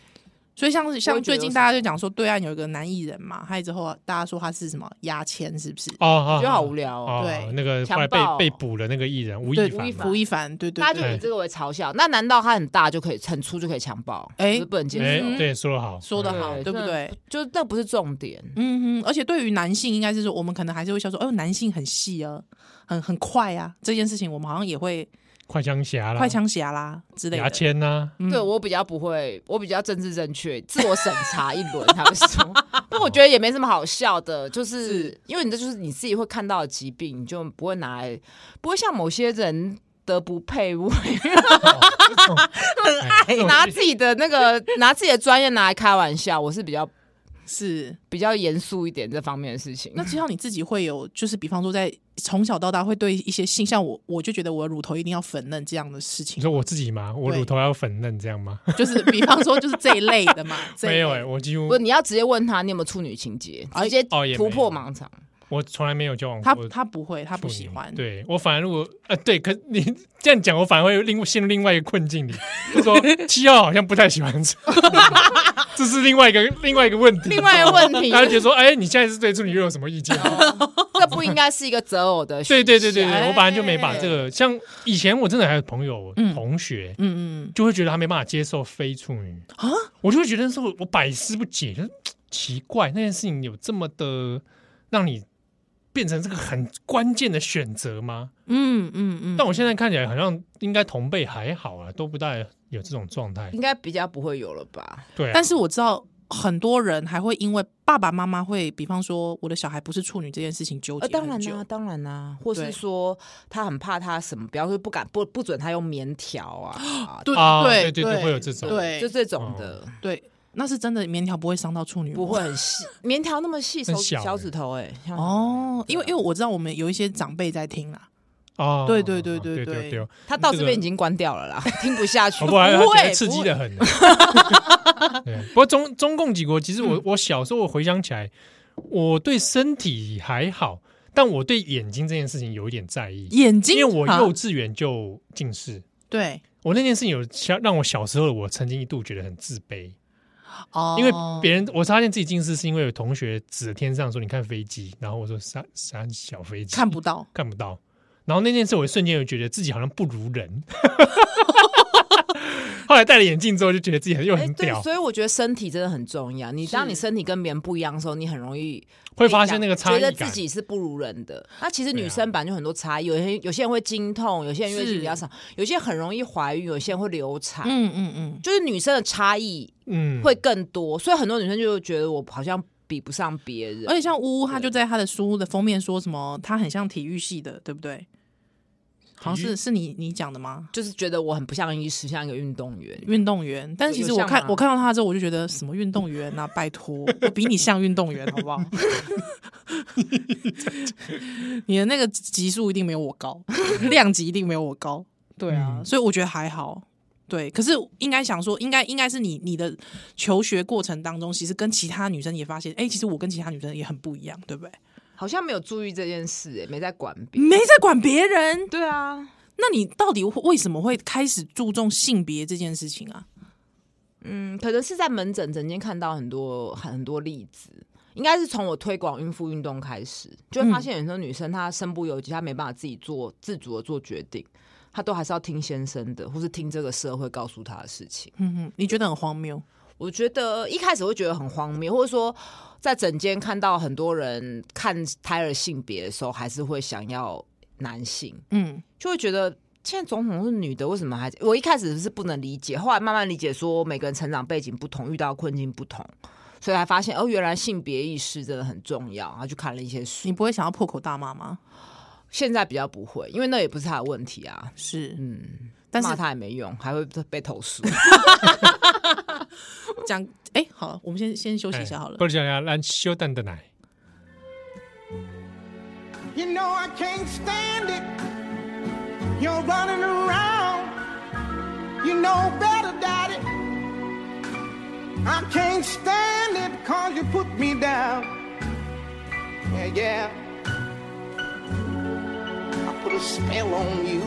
S2: 所以像是像
S4: 我也觉
S2: 最
S4: 得
S2: 近
S4: 有
S2: 大家就讲说对岸有一个男艺人嘛，还有之后大家说他是什么牙签，是不是？
S3: 啊啊，
S4: 我觉得好无聊
S3: 啊
S4: 哦。
S2: 对
S3: 那个后来被
S4: 强暴
S3: 被捕了那个艺人吴亦
S2: 对
S3: 凡嘛，
S2: 吴亦凡，对对
S4: 大
S2: 对，
S4: 家就以这个为嘲笑，那难道他很大就可以很粗就可以强暴？
S2: 哎
S4: 这不能接
S3: 哎
S4: 受，，
S3: 对，说得好，
S2: 说的
S3: 嗯
S2: 好，
S4: 对
S2: 对不
S4: 真的
S2: 对？
S4: 就是那不是重点。
S2: 嗯哼，而且对于男性，应该是说我们可能还是会笑说，哦，男性很细啊，很很快啊，这件事情我们好像也会
S3: 快枪侠啦，
S2: 快枪侠啦之类的。
S3: 牙签呐，
S2: 嗯
S4: 对我比较不会，我比较政治正确，自我审查一轮才 会说。不过我觉得也没什么好笑的，就是因为你这就是你自己会看到的疾病，你就不会拿来，不会像某些人。德不 配 位，
S3: 哎
S4: 拿自己的那个拿自己的专业拿来开玩笑，我是比较
S2: 是，
S4: 比较严肃一点这方面的事情。
S2: 那至少你自己会有，就是比方说在从小到大会对一些性，像我，我就觉得我的乳头一定要粉嫩这样的事
S3: 你
S2: 情，
S3: 说我自己吗？我
S2: 对
S3: 乳头还要粉嫩这样吗？
S2: 就是比方说就是这一类的 嘛。这一
S3: 没有
S2: 类
S3: 哎，我几乎
S4: 不，你要直接问他你有没有处女情节，
S2: 哎
S4: 直接
S3: 哦也没
S4: 突破
S3: 有
S4: 盲肠。
S3: 我从来没有交往
S2: 他
S3: 过
S2: 他不会，他不
S3: 处
S2: 喜
S3: 女
S2: 欢。
S3: 对我反而如果呃对，可你这样讲，我反而会另陷入另外一个困境里， 就说七号好像不太喜欢处女， 这是另外一个另外一个问题。
S4: 另外一个问 题
S3: 他就觉得说，哎，你现在是对处女又有什么意 见？
S4: 这不应该是一个择偶的
S3: 对
S4: 选项。
S3: 对对对对，
S2: 哎
S3: 我本来就没把这个，像以前我真的还有朋友
S2: 嗯
S3: 同学，
S2: 嗯嗯，
S3: 就会觉得他没办法接受非处女
S2: 啊，
S3: 我就会觉得说我百思不解，就是奇怪，那件事情有这么的让你变成这个很关键的选择吗？
S2: 嗯嗯嗯，
S3: 但我现在看起来好像应该同辈还好啊，都不大有这种状态
S4: 应。该比较不会有了吧？
S3: 对、啊，
S2: 但是我知道很多人还会因为爸爸妈妈会，比方说我的小孩不是处女这件事情纠
S4: 呃，
S2: 结
S4: 当
S2: 很
S4: 然
S2: 久。
S4: 啦、当然啦、啊或
S2: 对，
S4: 是说他很怕他什么，比方说不敢不不准他用棉条啊
S2: 对
S3: 啊
S2: 对
S3: 对对会有这种
S2: 对
S4: 就这
S3: 哦
S4: 种的，
S2: 对，那是真的棉条不会伤到处女膜，
S4: 不会很细，棉条那么细，手
S3: 很小欸
S4: 小指头哎、像
S2: 哦，因为
S4: 对啊
S2: 因为我知道我们有一些长辈在听啦，
S3: 哦，
S2: 对对对
S3: 对
S2: 对
S3: 对
S2: 对
S3: 对，
S4: 他到
S3: 这
S4: 这
S3: 个
S4: 边已经关掉了啦，听不下 去，
S3: 哦不然他
S4: 不
S3: 觉得
S4: 会
S3: 刺激
S4: 不会
S3: 的很。啊 对，不过中中共几国，其实
S2: 嗯
S3: 我我小时候我回想起来，我对身体还好，但我对眼睛这件事情有一点在意，
S2: 眼睛，
S3: 因为我
S2: 啊
S3: 幼稚园就近视。
S2: 对
S3: 我那件事情有小让我小时候的我曾经一度觉得很自卑，
S2: 哦，
S3: 因为别人我发现自己近视是因为有同学指着天上说你看飞机，然后我说啥啥小飞机
S2: 看不到，
S3: 看不到。然后那件事，我瞬间就觉得自己好像不如 人。后来戴了眼镜之后，就觉得自己很又
S4: 哎
S3: 很，
S4: 对
S3: 屌，，
S4: 所以我觉得身体真的很重要。你当你身体跟别人不一样的时候，你很容易
S3: 会发现那个差异
S4: 觉得
S3: 感。
S4: 自己是不如人的。那其实
S3: 对
S4: 女
S3: 啊
S4: 生本来就很多差异，有些有些人会经痛，有些人月经比较少，有些人很容易怀孕，有些人会流产，
S2: 嗯嗯嗯，
S4: 就是女生的差异
S3: 嗯
S4: 会更多，所以很多女生就觉得我好像比不上别人。
S2: 而且像呜呜，她就在她的书的封面说什么，她很像体育系的，对不对？好像是是你你讲的吗？
S4: 就是觉得我很不像医师，像一个运动员。
S2: 运动员，但是其
S4: 有
S2: 实我
S4: 像
S2: 看
S4: 吗
S2: 我看到他之后，我就觉得什么运动员 啊，拜托，我比你像运动 员好不好？你的那个级数一定没有我 高，量级一定没有我高，对啊，所以我觉得还好。对，可是应该想说，应该应该是你你的求学过程当中，其实跟其他女生也发现，哎、其实我跟其他女生也很不一样，对不对？
S4: 好像没有注意这件事、哎，没在管别人。
S2: 没在管别人，
S4: 对啊，
S2: 那你到底为什么会开始注重性别这件事情啊？
S4: 嗯，可能是在门诊整间看到很多很多例子，应该是从我推广孕妇运动开始，就会发现有时候女生她身不由己，她没办法自己做自主的做决定，她都还是要听先生的，或是听这个社会告诉她的事情。
S2: 嗯哼，你觉得很荒谬？
S4: 我觉得一开始会觉得很荒谬，或者说在整间看到很多人看胎儿性别的时候，还是会想要男性，
S2: 嗯，
S4: 就会觉得。现在总统是女的，为什么还？我一开始是不能理解，后来慢慢理解，说每个人成长背景不同，遇到困境不同，所以才发现哦，原来性别意识真的很重要。然后去看了一些书
S2: 你，不会想要破口大骂吗？
S4: 现在比较不会，因为那也不是他的问题啊，
S2: 是，
S4: 嗯，
S2: 但是
S4: 骂他也没用，还会被投 诉。
S2: 讲哎、好了，我们先先休息
S3: 哎
S2: 一下好了。
S3: 不是讲咱修蛋的奶，
S5: You know I can't stand it. You're running around. You know better, Daddy. I can't stand it cause you put me down. Yeah, yeah. I put a spell on you.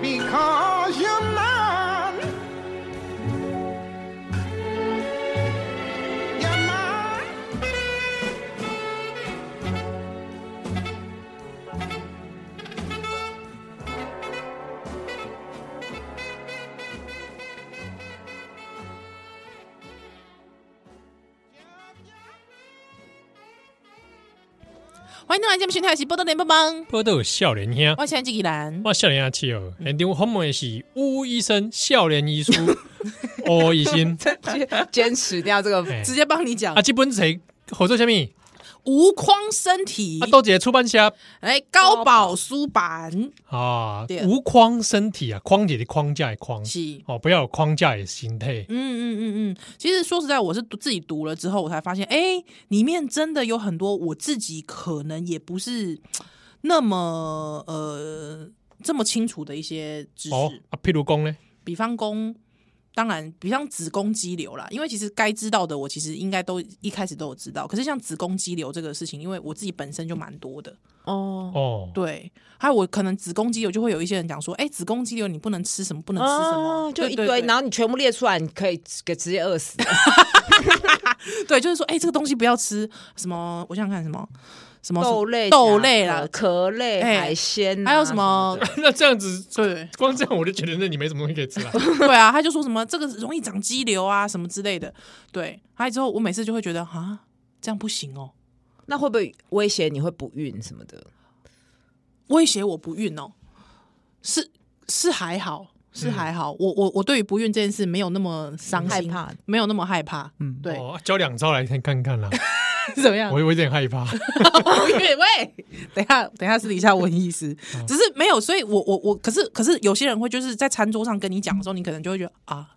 S5: Because you're mine. You're mine.
S2: 欢迎回来节目，新台喜波多连帮帮，
S3: 不过都有笑脸兄，
S2: 我现在这个人
S3: 哇，笑脸阿七哦，连丢后面是巫医生、笑脸医 书、哦医生
S4: 坚持掉这个
S3: 哎
S2: 直接帮你讲
S3: 啊，，基本谁合作下面
S2: 无框身体
S3: 啊，，都姐出版社
S2: 哎、高保书版
S3: 啊
S2: 对，
S3: 无框身体啊，框姐的框架的框
S2: 是。
S3: 哦，不要有框架的心态
S2: 嗯，嗯嗯嗯，其实说实在，我是读自己读了之后，我才发现，哎、里面真的有很多我自己可能也不是那么呃这么清楚的一些知识。
S3: 哦啊，譬如讲呢，
S2: 比方宫，当然，比方子宫肌瘤啦，因为其实该知道的，我其实应该都一开始都有知道。可是像子宫肌瘤这个事情，因为我自己本身就蛮多的，
S4: 哦，
S3: 哦，
S2: 对。还有我可能子宫肌瘤就会有一些人讲说，哎、子宫肌瘤你不能吃什么，不能吃什么，
S4: 啊就
S2: 对
S4: 一堆，
S2: 对哦
S4: 然后你全部列出来，你可以给直接饿死。
S2: 对，就是说，哎、这个东西不要吃什么，我想想看什么什么
S4: 豆类、啊
S2: 豆类啦，
S4: 壳类、
S2: 哎
S4: 海鲜啊，
S2: 还有什么
S4: 的
S3: 那这样子，
S2: 对
S3: 光这样我就觉得那你没什么东西可以吃了。
S2: 对啊，他就说什么这个容易长肌瘤啊什么之类的。对，还有之后我每次就会觉得啊，这样不行哦，
S4: 那会不会威胁你会不孕什么的？
S2: 威胁我不孕哦，是是还好。是还好，我我我对于不孕这件事没有那么伤
S4: 害
S2: 心
S4: 怕，
S2: 没有那么害怕。嗯， 对，
S3: 哦，教两招来先看看 啦。
S2: 是 怎么样
S3: 我？我有点害 怕。
S2: 喂喂，等一下等一下私底下问医师，只是没有，所以我我我，可是可是有些人会就是在餐桌上跟你讲的时候，你可能就会觉得啊，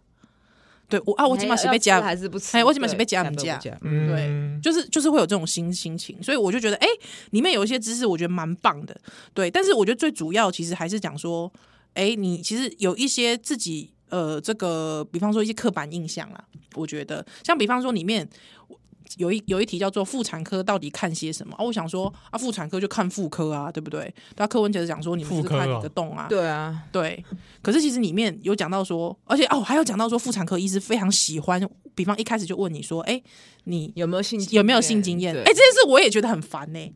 S2: 对我啊，我起码是被
S4: 夹
S2: 夹
S4: 还是不哎吃？
S2: 哎，我起码
S4: 对
S2: 是被夹不
S4: 夹
S2: 夹
S4: 不夹，
S2: 对，
S3: 嗯，
S2: 就是就是会有这种心心情，所以我就觉得，哎、里面有一些知识，我觉得蛮棒的，对。但是我觉得最主要其实还是讲说，哎、你其实有一些自己呃，这个比方说一些刻板印象啦，我觉得像比方说里面我有一有一题叫做妇产科到底看些什么啊？我想说啊，妇产科就看妇科啊，对不对？那柯文哲讲说你们是
S3: 妇科
S2: 看
S3: 哦
S2: 你的洞啊，
S4: 对啊，
S2: 对，可是其实里面有讲到说，而且哦，还有讲到说妇产科医师非常喜欢，比方一开始就问你说，哎、你
S4: 有没有性经验
S2: 有没有性经验？
S4: 对
S2: 哎、这件事我也觉得很烦呢、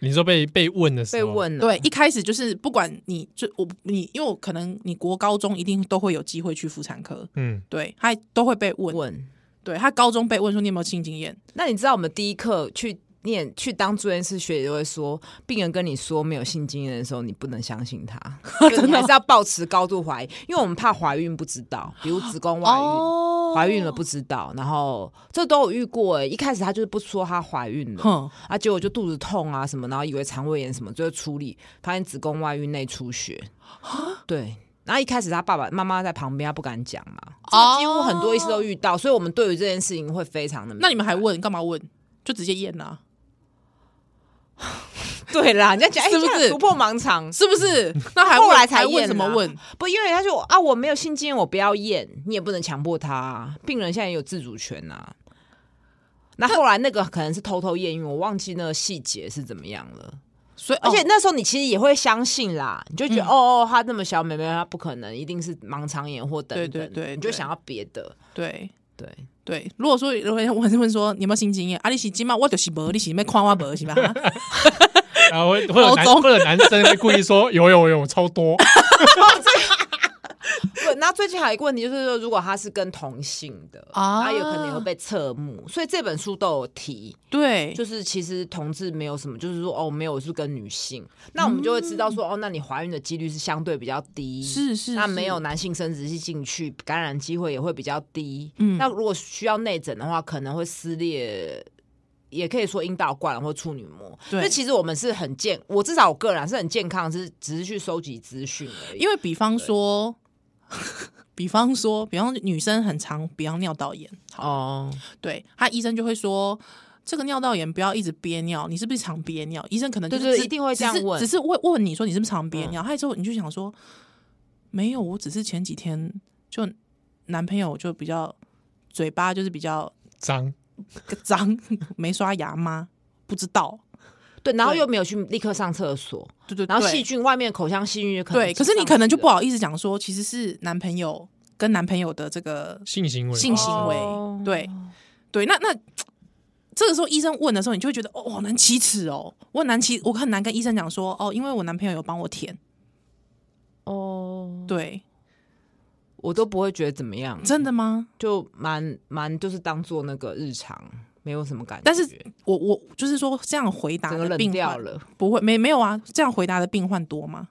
S3: 你说被被问的时
S4: 被
S3: 候，
S4: 问了
S2: 对，一开始就是不管你就我你，因为我可能你国高中一定都会有机会去妇产科，
S3: 嗯，
S2: 对，他都会被问，
S4: 问。
S2: 对他高中被问说你有没有性经验，
S4: 那你知道我们第一课去念去当住院师学姐就会说，病人跟你说没有性经验的时候，你不能相 信他，就是你还是要保持高度怀疑，因为我们怕怀孕不知道，比如子宫外孕。
S2: 哦
S4: 怀孕了不知道，然后这都有遇过、欸。一开始她就是不说她怀孕了，
S2: 哼，
S4: 啊，结果就肚子痛啊什么，然后以为肠胃炎什么，最后处理发现子宫外孕内出血。
S2: 啊
S4: 对，然后一开始他爸爸妈妈在旁边，他不敢讲嘛。这个几乎很多医师都遇到，所以我们对于这件事情会非常的敏
S2: 哦
S4: 感。
S2: 那你们还问干嘛问？就直接验啊，
S4: 对啦，人家讲 哎
S2: 是不是
S4: 这样突破盲肠？
S2: 是不是？那还
S4: 嗯后
S2: 问
S4: 来才
S2: 还问
S4: 验
S2: 什么
S4: 啊
S2: 问？
S4: 不，因为他就啊，我没有性经验，我不要验，你也不能强迫他、啊。病人现在也有自主权呐、那后来那个可能是偷偷验孕，我忘记那个细节是怎么样了。
S2: 所以
S4: 而且
S2: 哦
S4: 那时候你其实也会相信啦，你就觉得、
S2: 嗯
S4: 哦哦，她那么小妹妹，她不可能，一定是盲肠炎或等等，
S2: 对对对对
S4: 你就想要别的，
S2: 对。
S4: 对，
S2: 对，如果说如果我是问说你有没有性经验，啊，你是今嘛我就是无，你是没看我无是吧？ 哈
S3: 然后会会有男
S2: 高中
S3: 会有男生会故意说有有有超多，
S4: 对。那最近还有一个问题就是说，如果她是跟同性的，
S2: 啊
S4: 她有可能也会被侧目，所以这本书都有提，
S2: 对，
S4: 就是其实同志没有什么，就是说哦，没有我是跟女性，那我们就会知道说、哦，那你怀孕的几率是相对比较低，
S2: 嗯是是，
S4: 那
S2: 是
S4: 没有男性生殖器进去，感染机会也会比较低。
S2: 嗯
S4: 那如果需要内诊的话，可能会撕裂，也可以说阴道灌或处女膜。
S2: 对
S4: 那其实我们是很健，我至少我个人啊是很健康，是只是去收集资讯而已。哦
S2: 因为比方说，比方说，比方女生很常，比方尿道炎，
S4: 哦，
S2: 对，她医生就会说。这个尿道炎不要一直憋尿，你是不是常憋尿？医生可能就
S4: 对对
S2: 是只
S4: 一定会这样
S2: 只是
S4: 问嗯
S2: 只是问问你说你是不是常憋尿，还有之后你就想说没有，我只是前几天就男朋友就比较嘴巴就是比较
S3: 脏，
S2: 脏， 没刷牙吗？不知道，
S4: 对，然后
S2: 对
S4: 又没有去立刻上厕所，
S2: 对对，
S4: 然后
S2: 对
S4: 细菌外面口腔细菌也可能
S2: 对，可是你可能就不
S4: 好
S2: 好意思讲说，其实是男朋友跟男朋友的这个
S3: 性行为，哦
S2: 性行为，
S4: 哦
S2: 对对，那那这个时候医生问的时候，你就会觉得哦，我好难启齿哦，我很难启，我很难跟医生讲说哦，因为我男朋友有帮我填，
S4: 哦，
S2: 对，
S4: 我都不会觉得怎么样，
S2: 真的吗？
S4: 就蛮蛮就是当做那个日常，没有什么感觉。
S2: 但是我我就是说这样回答
S4: 整个
S2: 的
S4: 冷
S2: 病
S4: 掉
S2: 患
S4: 了。
S2: 不会没没有啊，这样回答的病患多吗？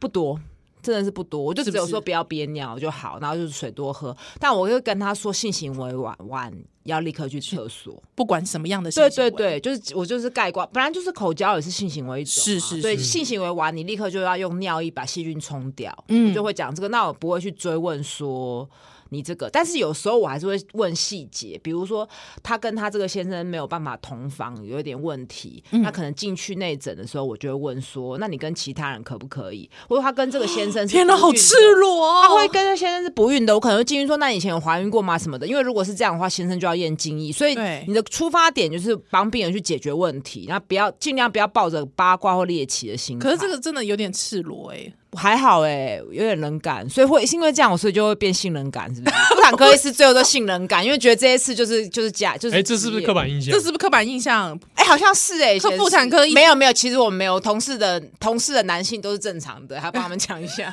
S4: 不多，真的是不多。我就是
S2: 不
S4: 只有
S2: 是
S4: 说不要憋尿就好，然后就是水多喝。但我会跟他说性行为晚晚要立刻去厕所。
S2: 不管什么样的性
S4: 对对
S2: 行为
S4: 对，就是我就是盖棺，本来就是口交也是性行为一种、啊，
S2: 是是
S4: 所以
S2: 是
S4: 性行为完你立刻就要用尿液把细菌冲掉。
S2: 嗯
S4: 我就会讲这个，那我不会去追问说。你这个，但是有时候我还是会问细节，比如说他跟他这个先生没有办法同房，有一点问题，
S2: 嗯
S4: 那可能进去内诊的时候，我就会问说，那你跟其他人可不可以？或者他跟这个先生是
S2: 天哪，
S4: 不
S2: 好
S4: 孕的
S2: 赤裸哦！
S4: 他会跟先生是不孕的，我可能会进去说，那你以前有怀孕过吗？什么的？因为如果是这样的话，先生就要验精液，所以
S2: 对
S4: 你的出发点就是帮病人去解决问题，那不要尽量不要抱着八卦或猎奇的心态。
S2: 可是这个真的有点赤裸哎、
S4: 还好哎、有点冷感，所以会是因为这样，我所以就会变性冷感，是不是？妇产科医师最后都性冷感，因为觉得这一次就是就是假，就是
S3: 哎，这是不是刻板印象
S2: 这？是不是刻板印象？
S4: 哎、好像是哎、欸，以前是
S2: 妇产科医
S4: 没有没有，其实我们没有同事的同事的男性都是正常的，还帮他们讲一 下，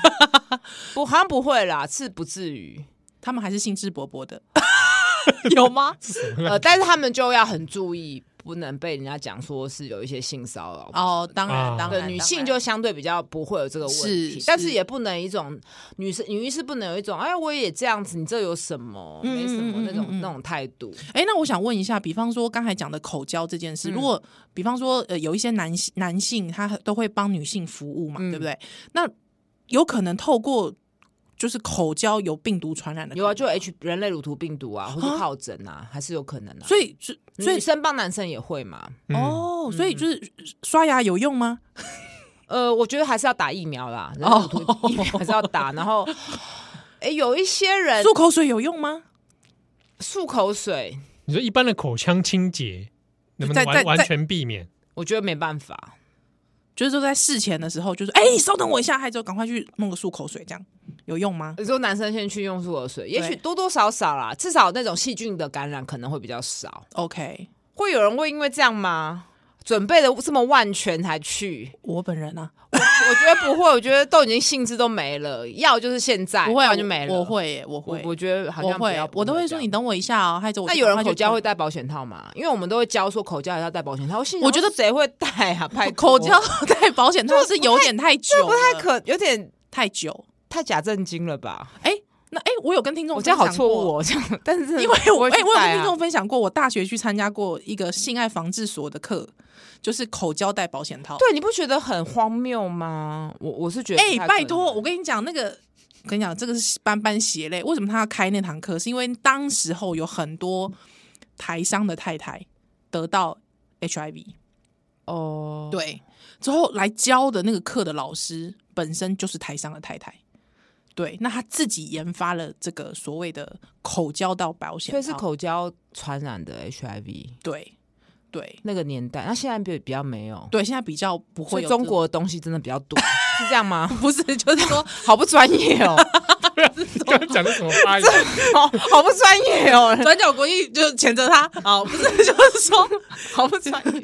S4: 不好像不会啦，是不至于，
S2: 他们还是兴致勃勃的， 有 吗？
S4: 呃，但是他们就要很注意，不能被人家讲说是有一些性骚扰。
S2: 哦，当然，
S3: 啊
S2: 当
S4: 对，
S2: 然，
S4: 女性
S2: 当
S4: 就相对比较不会有这个问题，
S2: 是
S4: 但
S2: 是
S4: 是也不能一种女生女医师不能有一种哎我也这样子，你这有什么、没什么
S2: 嗯嗯嗯
S4: 那种、
S2: 嗯嗯
S4: 那种态度。
S2: 然哎、那我想问一下，比方说刚才讲的口交这件事，
S4: 嗯
S2: 如果比方说呃有一些男性男性他都会帮女性服务嘛，对
S4: 嗯
S2: 不对？那有可能透过就是口交有病毒传染的可能，
S4: 有啊，就 H 人类乳头病毒啊，或者疱疹啊，还是有可能啊。
S2: 所以所以所以
S4: 女生帮男生也会嘛？
S3: 嗯
S2: 哦，所以就是刷牙有用吗？
S4: 呃，我觉得还是要打疫苗啦，人
S2: 哦
S4: 乳头 疫苗还是要打。然后，哎，有一些人
S2: 漱口水有用吗？
S4: 漱口水，
S3: 你说一般的口腔清洁能不
S2: 在
S3: 能
S2: 在
S3: 完完
S2: 在
S3: 全避 免？
S4: 我觉得没办法。
S2: 就是说在事前的时候，就是哎、你稍等我一下，还之后赶快去弄个漱口水，这样有用吗？
S4: 你说男生先去用漱口水，也许
S2: 对
S4: 多多少少啦，至少那种细菌的感染可能会比较少。
S2: OK，
S4: 会有人会因为这样吗？准备的这么万全才去，
S2: 我本人啊，
S4: 我觉得不会，我觉得都已经兴致都没了，要就是现在，
S2: 不会啊，
S4: 哎然就没了。
S2: 我，会耶，我
S4: 我
S2: 会，
S4: 我觉得好
S2: 我
S4: 像不要
S2: 会，我都会
S4: 这
S2: 说
S4: 样
S2: 你等我一下哦，害着我
S4: 那
S2: 去
S4: 有人
S2: 赶快
S4: 口
S2: 去
S4: 交会
S2: 冲
S4: 戴保险套吗？因为我们都会教说口交也要戴保险套。我心想
S2: 我觉得
S4: 谁会戴啊？拍
S2: 口交戴保险套是有点太久了，
S4: 这不太可，有点
S2: 太久。
S4: 太假正经了吧？
S2: 哎，那哎，我有跟听众
S4: 我这样好
S2: 分享
S4: 错
S2: 过
S4: 误哦，这样。但是真的
S2: 因为我
S4: 不会
S2: 哎、
S4: 去
S2: 我有
S4: 戴
S2: 跟听
S4: 啊
S2: 众分享过，我大学去参加过一个性爱防治所的课，就是口交戴保险套。
S4: 对，你不觉得很荒谬吗？我我是觉得不
S2: 哦哎、
S4: 太
S2: 拜
S4: 可
S2: 托，
S4: 能
S2: 我跟你讲，那个我跟你讲，这个是斑斑血泪。为什么他要开那堂课？是因为当时候有很多台商的太太得到 HIV，
S4: 哦，
S2: 对，之后来教的那个课的老师本身就是台商的太太。对，那他自己研发了这个所谓的口交到保险
S4: 所
S2: 套，
S4: 以是口交传染的 HIV
S2: 对对
S4: 那个年代，那现在比比较没有。
S2: 对，现在比较不
S4: 所
S2: 会
S4: 以
S2: 有
S4: 中
S2: 这
S4: 国的东西真的比较 多，是这样吗？
S2: 不 是，就是说，
S4: 好不专业 哦，
S3: 刚刚讲的什么发言？
S4: 好好不专业哦，
S2: 转角国际就谴责他啊，不是，就是 说，
S4: 好不专业。
S2: 就是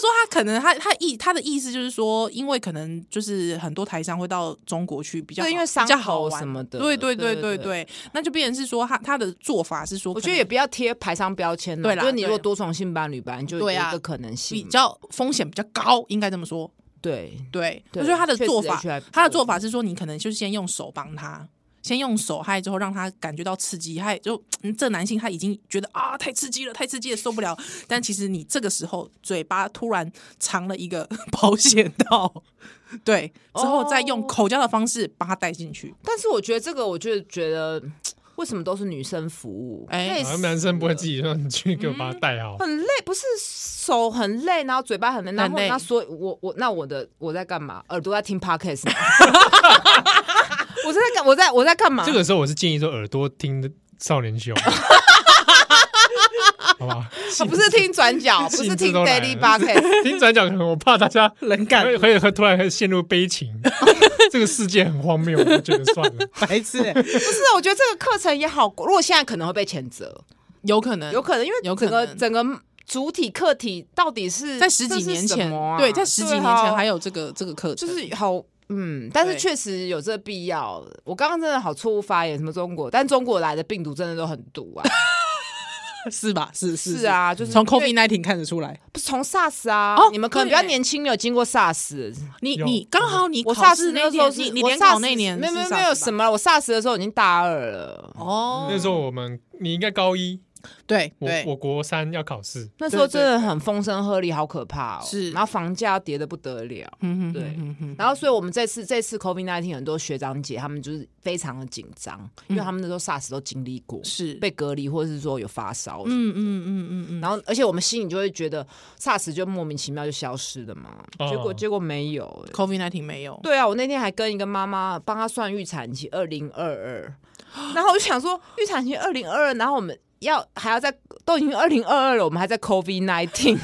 S2: 说，他可能他他意他的意思就是说，因为可能就是很多台商会到中国去比较好
S4: 对因为
S2: 比
S4: 伤
S2: 较好
S4: 口
S2: 玩
S4: 什么的
S2: 对对对
S4: 对
S2: 对
S4: 对
S2: 对，那就变成是说他他的做法是说，
S4: 我觉得也不要贴排上标签啊
S2: 对啦
S4: 就是你如果
S2: 对
S4: 多重性伴侣吧，你就有
S2: 对
S4: 一
S2: 啊
S4: 个可能性
S2: 比
S4: 嘛，
S2: 较风险比较高，应该这么说。
S4: 对，
S2: 对，
S4: 对
S2: 所以他的
S4: 确实
S2: 做法
S4: HIV，
S2: 他的做法是说，你可能就是先用手帮他，先用手害之后让他感觉到刺激，害就、嗯、这男性他已经觉得啊太刺激了，太刺激了受不了，但其实你这个时候嘴巴突然藏了一个保险套，对，之后再用
S4: 哦
S2: 口交的方式把他带进去，
S4: 但是我觉得这个，我就觉得为什么都是女生服务？
S2: 哎
S4: 累
S3: 好
S4: 死
S3: 像男生不会
S4: 了
S3: 自己说你去给我
S2: 嗯
S3: 把它戴好，
S4: 很累，不是手很累，然后嘴巴很累，然后
S2: 累
S4: 那所以我我那我的我在干嘛？耳朵在听 podcast 吗 我是在干我在我在干嘛？啊
S3: 这个时候我是建议说耳朵听的少年兄，好吧？
S4: 啊不是听 转角，不是
S3: 兴致
S4: 听
S3: 都来
S4: daily
S3: 了
S4: podcast。
S3: 听转角可能我怕大家
S2: 冷感
S3: 会会会突然会陷入悲情，这个世界很荒谬，我觉得算了。
S2: 白痴、
S4: 不是，我觉得这个课程也好，如果现在可能会被谴责，
S2: 有可能
S4: 有可能因为
S2: 嗯有可
S4: 整个
S2: 能
S4: 整个主体客体到底是
S2: 在十
S4: 这
S2: 几
S4: 是
S2: 年
S4: 什
S2: 前，
S4: 么啊
S2: 对，在十几年前
S4: 啊
S2: 还有这个这个课程，
S4: 就是好，嗯，但是
S2: 对
S4: 确实有这必要。我刚刚真的好错误发言，什么中国，但中国来的病毒真的都很毒啊，
S2: 是吧？是 是
S4: 是，啊，就是
S2: 从
S4: 因
S2: COVID
S4: 为
S2: nineteen 看得出来，
S4: 不是从 SARS 啊，
S2: 哦
S4: 你们可能
S2: 对
S4: 比较
S2: 耶
S4: 年轻，没有经过 SARS。
S2: 你
S3: 有
S2: 你刚好你
S4: 我
S2: 考
S4: SARS
S2: 试
S4: 那
S2: 那
S4: 个时候
S2: 年，
S4: 是
S2: 你你
S4: 我
S2: 联考
S4: SARS
S2: 那年
S4: 没有没有
S2: 是
S4: 没有
S2: SARS
S4: 什
S2: 吧
S4: 么了，我 SARS 的时候已经大二了，
S2: 哦，
S3: 那时候我们你应该高一，
S2: 对
S3: 我
S2: 对
S3: 我国三要考试，
S4: 那时候
S2: 对对
S4: 真的很风声鹤唳，好可怕哦。
S2: 是
S4: 然后房价跌得不得了。
S2: 嗯
S4: 对
S2: 嗯嗯
S4: 然后，所以我们这次这次 COVID nineteen 很多学长姐他们就是非常的紧张，因为他们那时候 SARS 都经历过，
S2: 嗯是
S4: 被隔离或者是说有发烧什么
S2: 嗯
S4: 的
S2: 嗯嗯嗯嗯，
S4: 然后，而且我们心里就会觉得 SARS 就莫名其妙就消失了嘛，
S3: 哦
S4: 结果结果没有、欸
S2: COVID nineteen 没有，
S4: 对啊，我那天还跟一个妈妈帮她算预产期二零二二，然后我就想说预产期二零二二，然后我们要还要在都已经二零二二了，我们还在 COVID nineteen，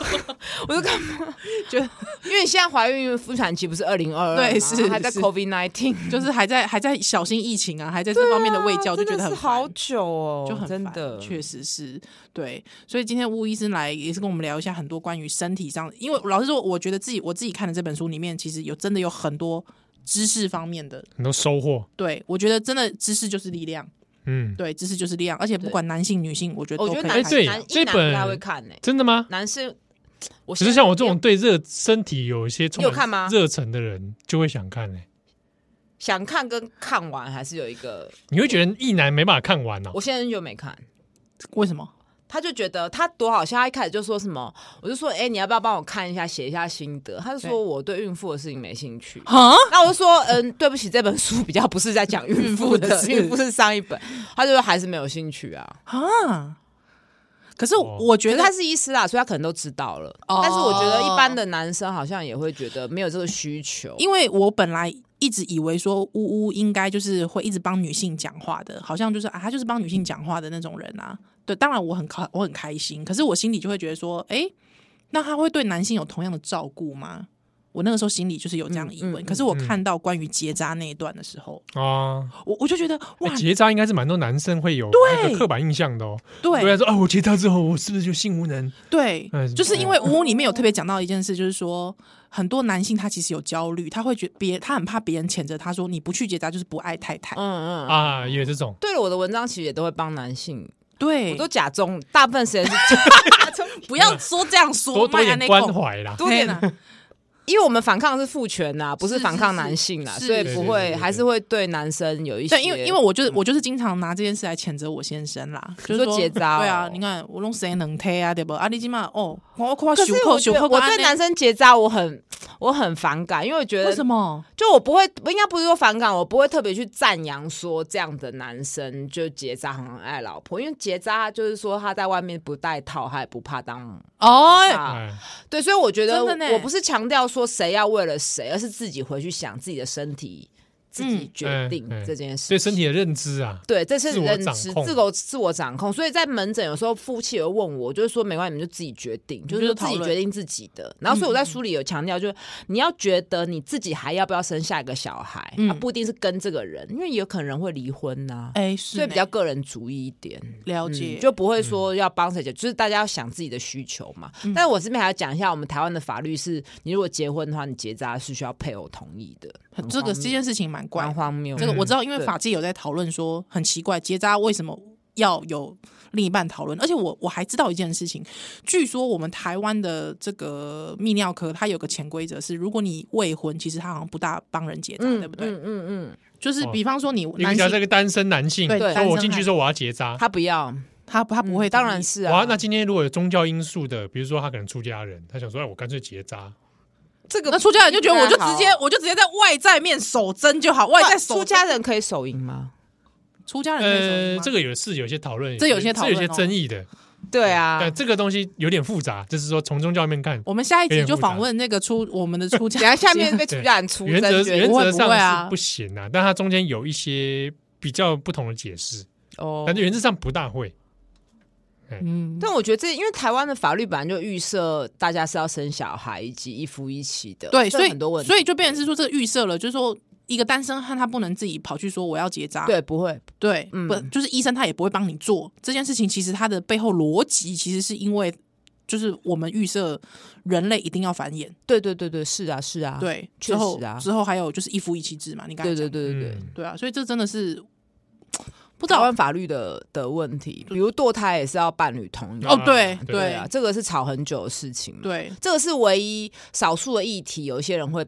S4: 我就干嘛？就因为现在怀孕妇产期不是二零二二，
S2: 对是
S4: 还在
S2: 是
S4: COVID nineteen，
S2: 就是还在还在小心疫情啊，还在这方面的卫教，就觉得很烦
S4: 好久哦，
S2: 就很
S4: 真
S2: 烦
S4: 的
S2: 确实是对。所以今天巫医生来也是跟我们聊一下很多关于身体上的，因为老实说，我觉得自己我自己看的这本书里面，其实有真的有很多知识方面的。
S3: 很多收获。
S2: 对我觉得真的知识就是力量，
S3: 嗯，
S2: 对，知识就是力量，而且不管男性女性，我觉得
S4: 哦我
S2: 都
S4: 觉得
S2: 可以。
S4: 男
S3: 哎对
S4: 男
S3: 这
S4: 一男不太
S3: 本
S4: 会看呢，
S3: 真的吗？
S4: 男生我
S3: 只
S4: 现
S3: 是
S4: 在
S3: 像我这种对热身体有一些充
S4: 你有看吗
S3: 满热忱的人，就会想看嘞、欸
S4: 想看跟看完还是有一个，
S3: 你会觉得一男没办法看完哦、
S4: 我现在很久没看。
S2: 为什么？
S4: 他就觉得他多好笑，他一开始就说什么，我就说，哎、你要不要帮我看一下，写一下心得？他就
S2: 对
S4: 说我对孕妇的事情没兴趣。
S2: 哈，
S4: 那我就说，嗯，对不起，这本书比较不是在讲孕妇
S2: 孕妇的
S4: 的，
S2: 事
S4: 孕妇是上一本。 他就说还是没有兴趣啊，
S2: 啊！可是
S3: 哦
S2: 我觉
S4: 觉
S2: 得
S4: 得他是医师啦，所以他可能都知道了。
S2: 哦
S4: 但是我觉得一般的男生好像也会觉得没有这个需求。
S2: 因为我本来一直以为说呜呜应该就是会一直帮女性讲话的，好像就是啊，他就是帮女性讲话的那种人啊。对，当然我很开，我很开心，可是我心里就会觉得说，哎、那他会对男性有同样的照顾吗？我那个时候心里就是有这样的疑问。
S4: 嗯嗯
S2: 可是我看到关于结扎那一段的时候，
S3: 啊，
S2: 我我就觉得哇
S3: 哎，结扎应该是蛮多男生会有那个刻板印象的哦、
S2: 对
S3: 对啊，说啊，我结扎之后我是不是就性无能？
S2: 对
S3: 哎，
S2: 就是因为屋里面有特别讲到一件事，就是说很多男性他其实有焦虑，他会觉别他很怕别人谴责他说你不去结扎就是不爱太太。
S4: 嗯嗯。
S3: 啊，也有这种。
S4: 对了，我的文章其实也都会帮男性，
S2: 对，
S4: 我都假中，大部分时间是
S2: 不要说这样说，
S3: 嗯多多一
S2: 卖安
S3: 点
S2: 内
S3: 关
S2: 贡，
S3: 怀啦，
S4: 啊多
S2: 嘿
S4: 点
S2: 啦，
S4: 因为我们反抗的是父权呐、不是
S2: 是
S4: 反抗男性啦，
S2: 是
S4: 所以
S2: 是
S3: 对
S4: 不
S3: 对对
S4: 会，
S3: 对
S4: 还是会对男生有一些。嗯
S2: 对，因为因为我就是我就是经常拿这件事来谴责我先生 啦，就是
S4: 说结扎哦
S2: 对啊，你看我弄谁能推啊，对不？啊，你起码哦，我我
S4: 可
S2: 休
S4: 是
S2: 克
S4: 我
S2: 休
S4: 觉得
S2: 克，
S4: 我对男生结扎我很我很反感，因为我觉
S2: 为
S4: 得
S2: 什么？
S4: 就我不会，应该不是说反感，我不会特别去赞扬说这样的男生就结扎很爱老婆，因为结扎就是说他在外面不戴套，他也不怕当
S2: 哦，
S4: 啊。
S3: 哎，
S4: 对，所以我觉得
S2: 真的呢
S4: 我不是强调说谁要为了谁，而是自己回去想自己的身体，自己决定
S3: 嗯嗯嗯
S4: 这件事。
S3: 对身体的认知啊，
S4: 对，这是
S3: 自我
S4: 认
S3: 掌
S4: 知、
S3: 控
S4: 自我自我掌控。所以在门诊有时候夫妻也会问我，就是说没关系，你们就自己决定，就
S2: 就
S4: 是
S2: 是
S4: 说自己
S2: 讨论嗯
S4: 决定自己的。然后所以我在书里有强调，就是你要觉得你自己还要不要生下一个小孩，
S2: 嗯
S4: 啊、不一定是跟这个人，因为有可能会离婚呐、
S2: 哎，是
S4: 所以
S2: 呢
S4: 比较个人主义一点。
S2: 了
S4: 嗯
S2: 解，
S4: 就不会说要帮谁解，就是大家要想自己的需求嘛。
S2: 嗯
S4: 但是我这边还要讲一下，我们台湾的法律是，你如果结婚的话，你结扎是需要配偶同意的，很
S2: 这个
S3: 嗯
S2: 这
S4: 荒谬
S2: 件事情蛮怪
S4: 蛮，荒谬嗯的。
S2: 这个我知道，因为
S4: 对
S2: 法界有在讨论说很奇怪，结扎为什么要有另一半讨论？而且我我还知道一件事情，据说我们台湾的这个泌尿科，它有个潜规则是，如果你未婚，其实它好像不大帮人结扎，对不对？
S4: 嗯嗯嗯，
S2: 就是
S3: 哦
S2: 比方说你
S3: 一个
S2: 男
S3: 叫这
S2: 性，
S3: 个单身男性，
S2: 对
S3: 说
S2: 单
S3: 我
S2: 身
S3: 进去
S2: 汉
S3: 说我要结扎，
S4: 他不要，
S2: 他他不会同意，
S4: 当然是啊。
S3: 哇，那今天如果有宗教因素的，比如说他可能出家人，他想说，哎，我干脆结扎，
S4: 这个
S2: 那出家人就觉得我就
S4: 那好啊
S2: 直接我就直接在外在面手针就好，外在
S4: 那
S2: 手
S4: 出家人可以手淫吗？
S2: 出家人可以手淫
S3: 呃，
S2: 吗
S3: 这个有是有些讨论，
S2: 这有些
S3: 是
S2: 讨
S3: 有
S2: 论
S3: 些
S2: 哦
S3: 争议的，
S4: 对啊，
S3: 但这个东西有点复杂，就是说从宗教面看，
S2: 我们下一集
S3: 有点
S2: 就
S3: 复杂
S2: 访问那个出我们的 出家
S4: 等一下
S2: 人，
S4: 下面被出家人出
S3: 原则
S4: 征，觉
S3: 原
S4: 得
S2: 不会
S3: 则
S2: 不会啊
S3: 上是不行啊，但它中间有一些比较不同的解释，
S4: 哦
S3: 但。是原则上不大会。
S2: 嗯，
S4: 但我觉得这，因为台湾的法律本来就预设大家是要生小孩以及一夫一妻的，
S2: 对，
S4: 这
S2: 所以
S4: 很多问题，
S2: 所以就变成是说这个预设了，就是说一个单身汉他不能自己跑去说我要结扎，
S4: 对不会，
S2: 对，
S4: 嗯
S2: 不就是医生他也不会帮你做这件事情。其实它的背后逻辑其实是因为就是我们预设人类一定要繁衍，
S4: 对对对对，是啊是啊，
S2: 对，
S4: 确
S2: 之后
S4: 实啊
S2: 之后还有就是一夫一妻制嘛，你刚才
S4: 对
S2: 讲
S4: 对对对对，
S3: 嗯
S2: 对啊，所以这真的是不知
S4: 台
S2: 道
S4: 湾啊法律的的问题，比如堕胎也是要伴侣同意，
S2: 哦，对
S3: 啊
S4: 对
S2: 对
S4: 啊，这个是吵很久的事情嘛，
S2: 对，
S4: 这个是唯一少数的议题，有一些人会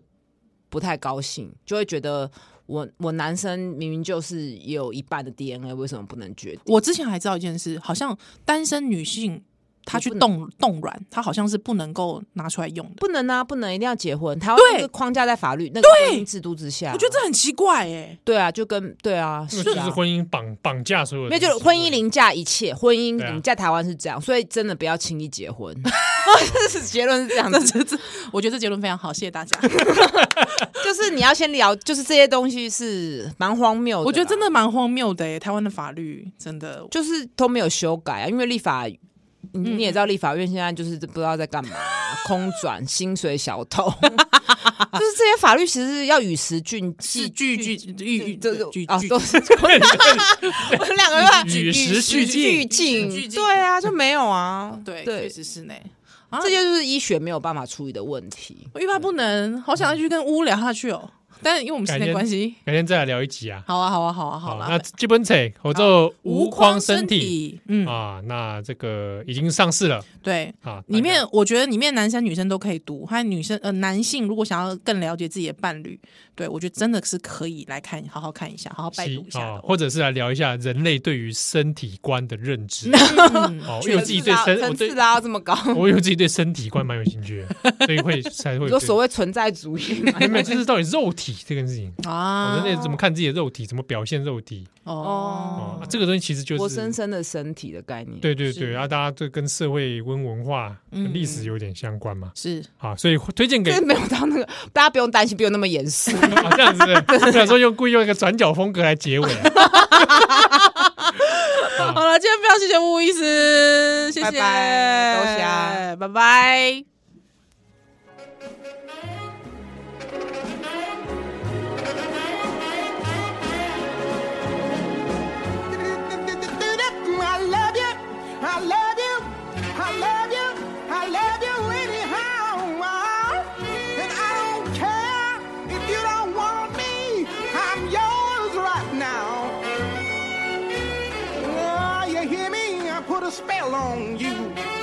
S4: 不太高兴，就会觉得我我男生明明就是也有一半的 DNA，为什么不能决定？
S2: 我之前还知道一件事，好像单身女性她去
S4: 不能
S2: 冻冻卵，她好像是不能够拿出来用的。
S4: 不能啊，不能，一定要结婚。台湾
S2: 对
S4: 那个框架在法律那个婚姻制度之下，
S2: 我觉得这很奇怪哎、
S4: 对啊，就跟对啊，
S3: 那
S4: 是
S3: 就是
S4: 啊。
S3: 婚姻绑绑架所有
S4: 没
S3: 的
S4: 有，
S3: 东西，
S4: 就是婚姻凌驾一切，婚姻
S3: 对啊
S4: 凌驾台湾是这样，所以真的不要轻易 结婚。 结论是这样
S2: 这
S4: 子，
S2: 这这，我觉得这结论非常好，谢谢大 家。
S4: 就是你要先聊，就是这些东西是蛮荒谬的啦。
S2: 我欸觉得真的蛮荒谬的耶，台湾的法律真的
S4: 就是都没有修改啊，因为立法
S2: 嗯
S4: 你你也知道，立法院现在就是不知道在 干嘛，空转、薪水小偷，就是这些法律其实要与时俱
S2: 是
S4: 进。
S2: 句句句
S4: 这
S2: 句
S4: 个
S2: 句
S4: 啊，都 是我们两个都在
S3: 与时俱进
S4: 俱
S2: 俱
S4: 进，
S2: 进
S4: 对啊，就没有啊，
S2: 对，确
S4: 对，
S2: 实是呢。啊
S4: 这些就是医学没有办法处理的问题。
S2: 我欲罢不
S4: 嗯
S2: 能，好想要去跟乌聊下去哦。但因为我们时
S3: 改
S2: 间
S3: 天
S2: 关系，
S3: 改天再来聊一集啊。
S2: 好啊，好啊，好啊，好
S3: 那
S2: 啦。
S3: 基本册我就无框身体
S2: 体，嗯，
S3: 啊，那这个已经上市了
S2: 对，
S3: 啊，
S2: 里面我觉得里面男生女生都可以读，还有女生呃男性如果想要更了解自己的伴侣，对我觉得真的是可以来看，好好看一下，好好
S3: 大
S2: 拜
S3: 家
S2: 读一
S3: 是
S2: 下的
S3: 啊，
S2: 哦。
S3: 或者是来聊一下人类对于身体观的认知哦，因为我自己对
S4: 层次
S3: 身我
S4: 拉嗯层
S3: 对
S4: 次拉到这么高，
S3: 我有自 己对身体观蛮有兴趣的，所以 会才会
S4: 你说所
S3: 谓
S4: 谓存在主义嘛，
S3: 没有没有，就是到底肉体这件事情，我
S2: 啊
S3: 人类怎么看自己的肉体，怎么表现肉体
S2: 哦，
S3: 哦，这个东西其实就
S4: 啊活
S3: 是
S4: 生生的身体的概念。
S3: 对对
S2: 是
S3: 对，然后大家这跟社会、跟文化、
S4: 嗯
S3: 跟历史有点相关嘛，
S2: 是
S3: 啊，所以会推荐给
S4: 就是没有到那个，大家不用担心，不用那么严肃。
S3: 啊这样 子，我想说用故意用一个转角风格来结尾啊，
S2: 好了，今天非常谢谢吴医师，谢谢，
S4: 拜拜多谢，啊
S2: 拜拜。
S5: I love you. I love you. I love you. I love you anyhow. And I don't care if you don't want me. I'm yours right now. Oh, you hear me? I put a spell on you.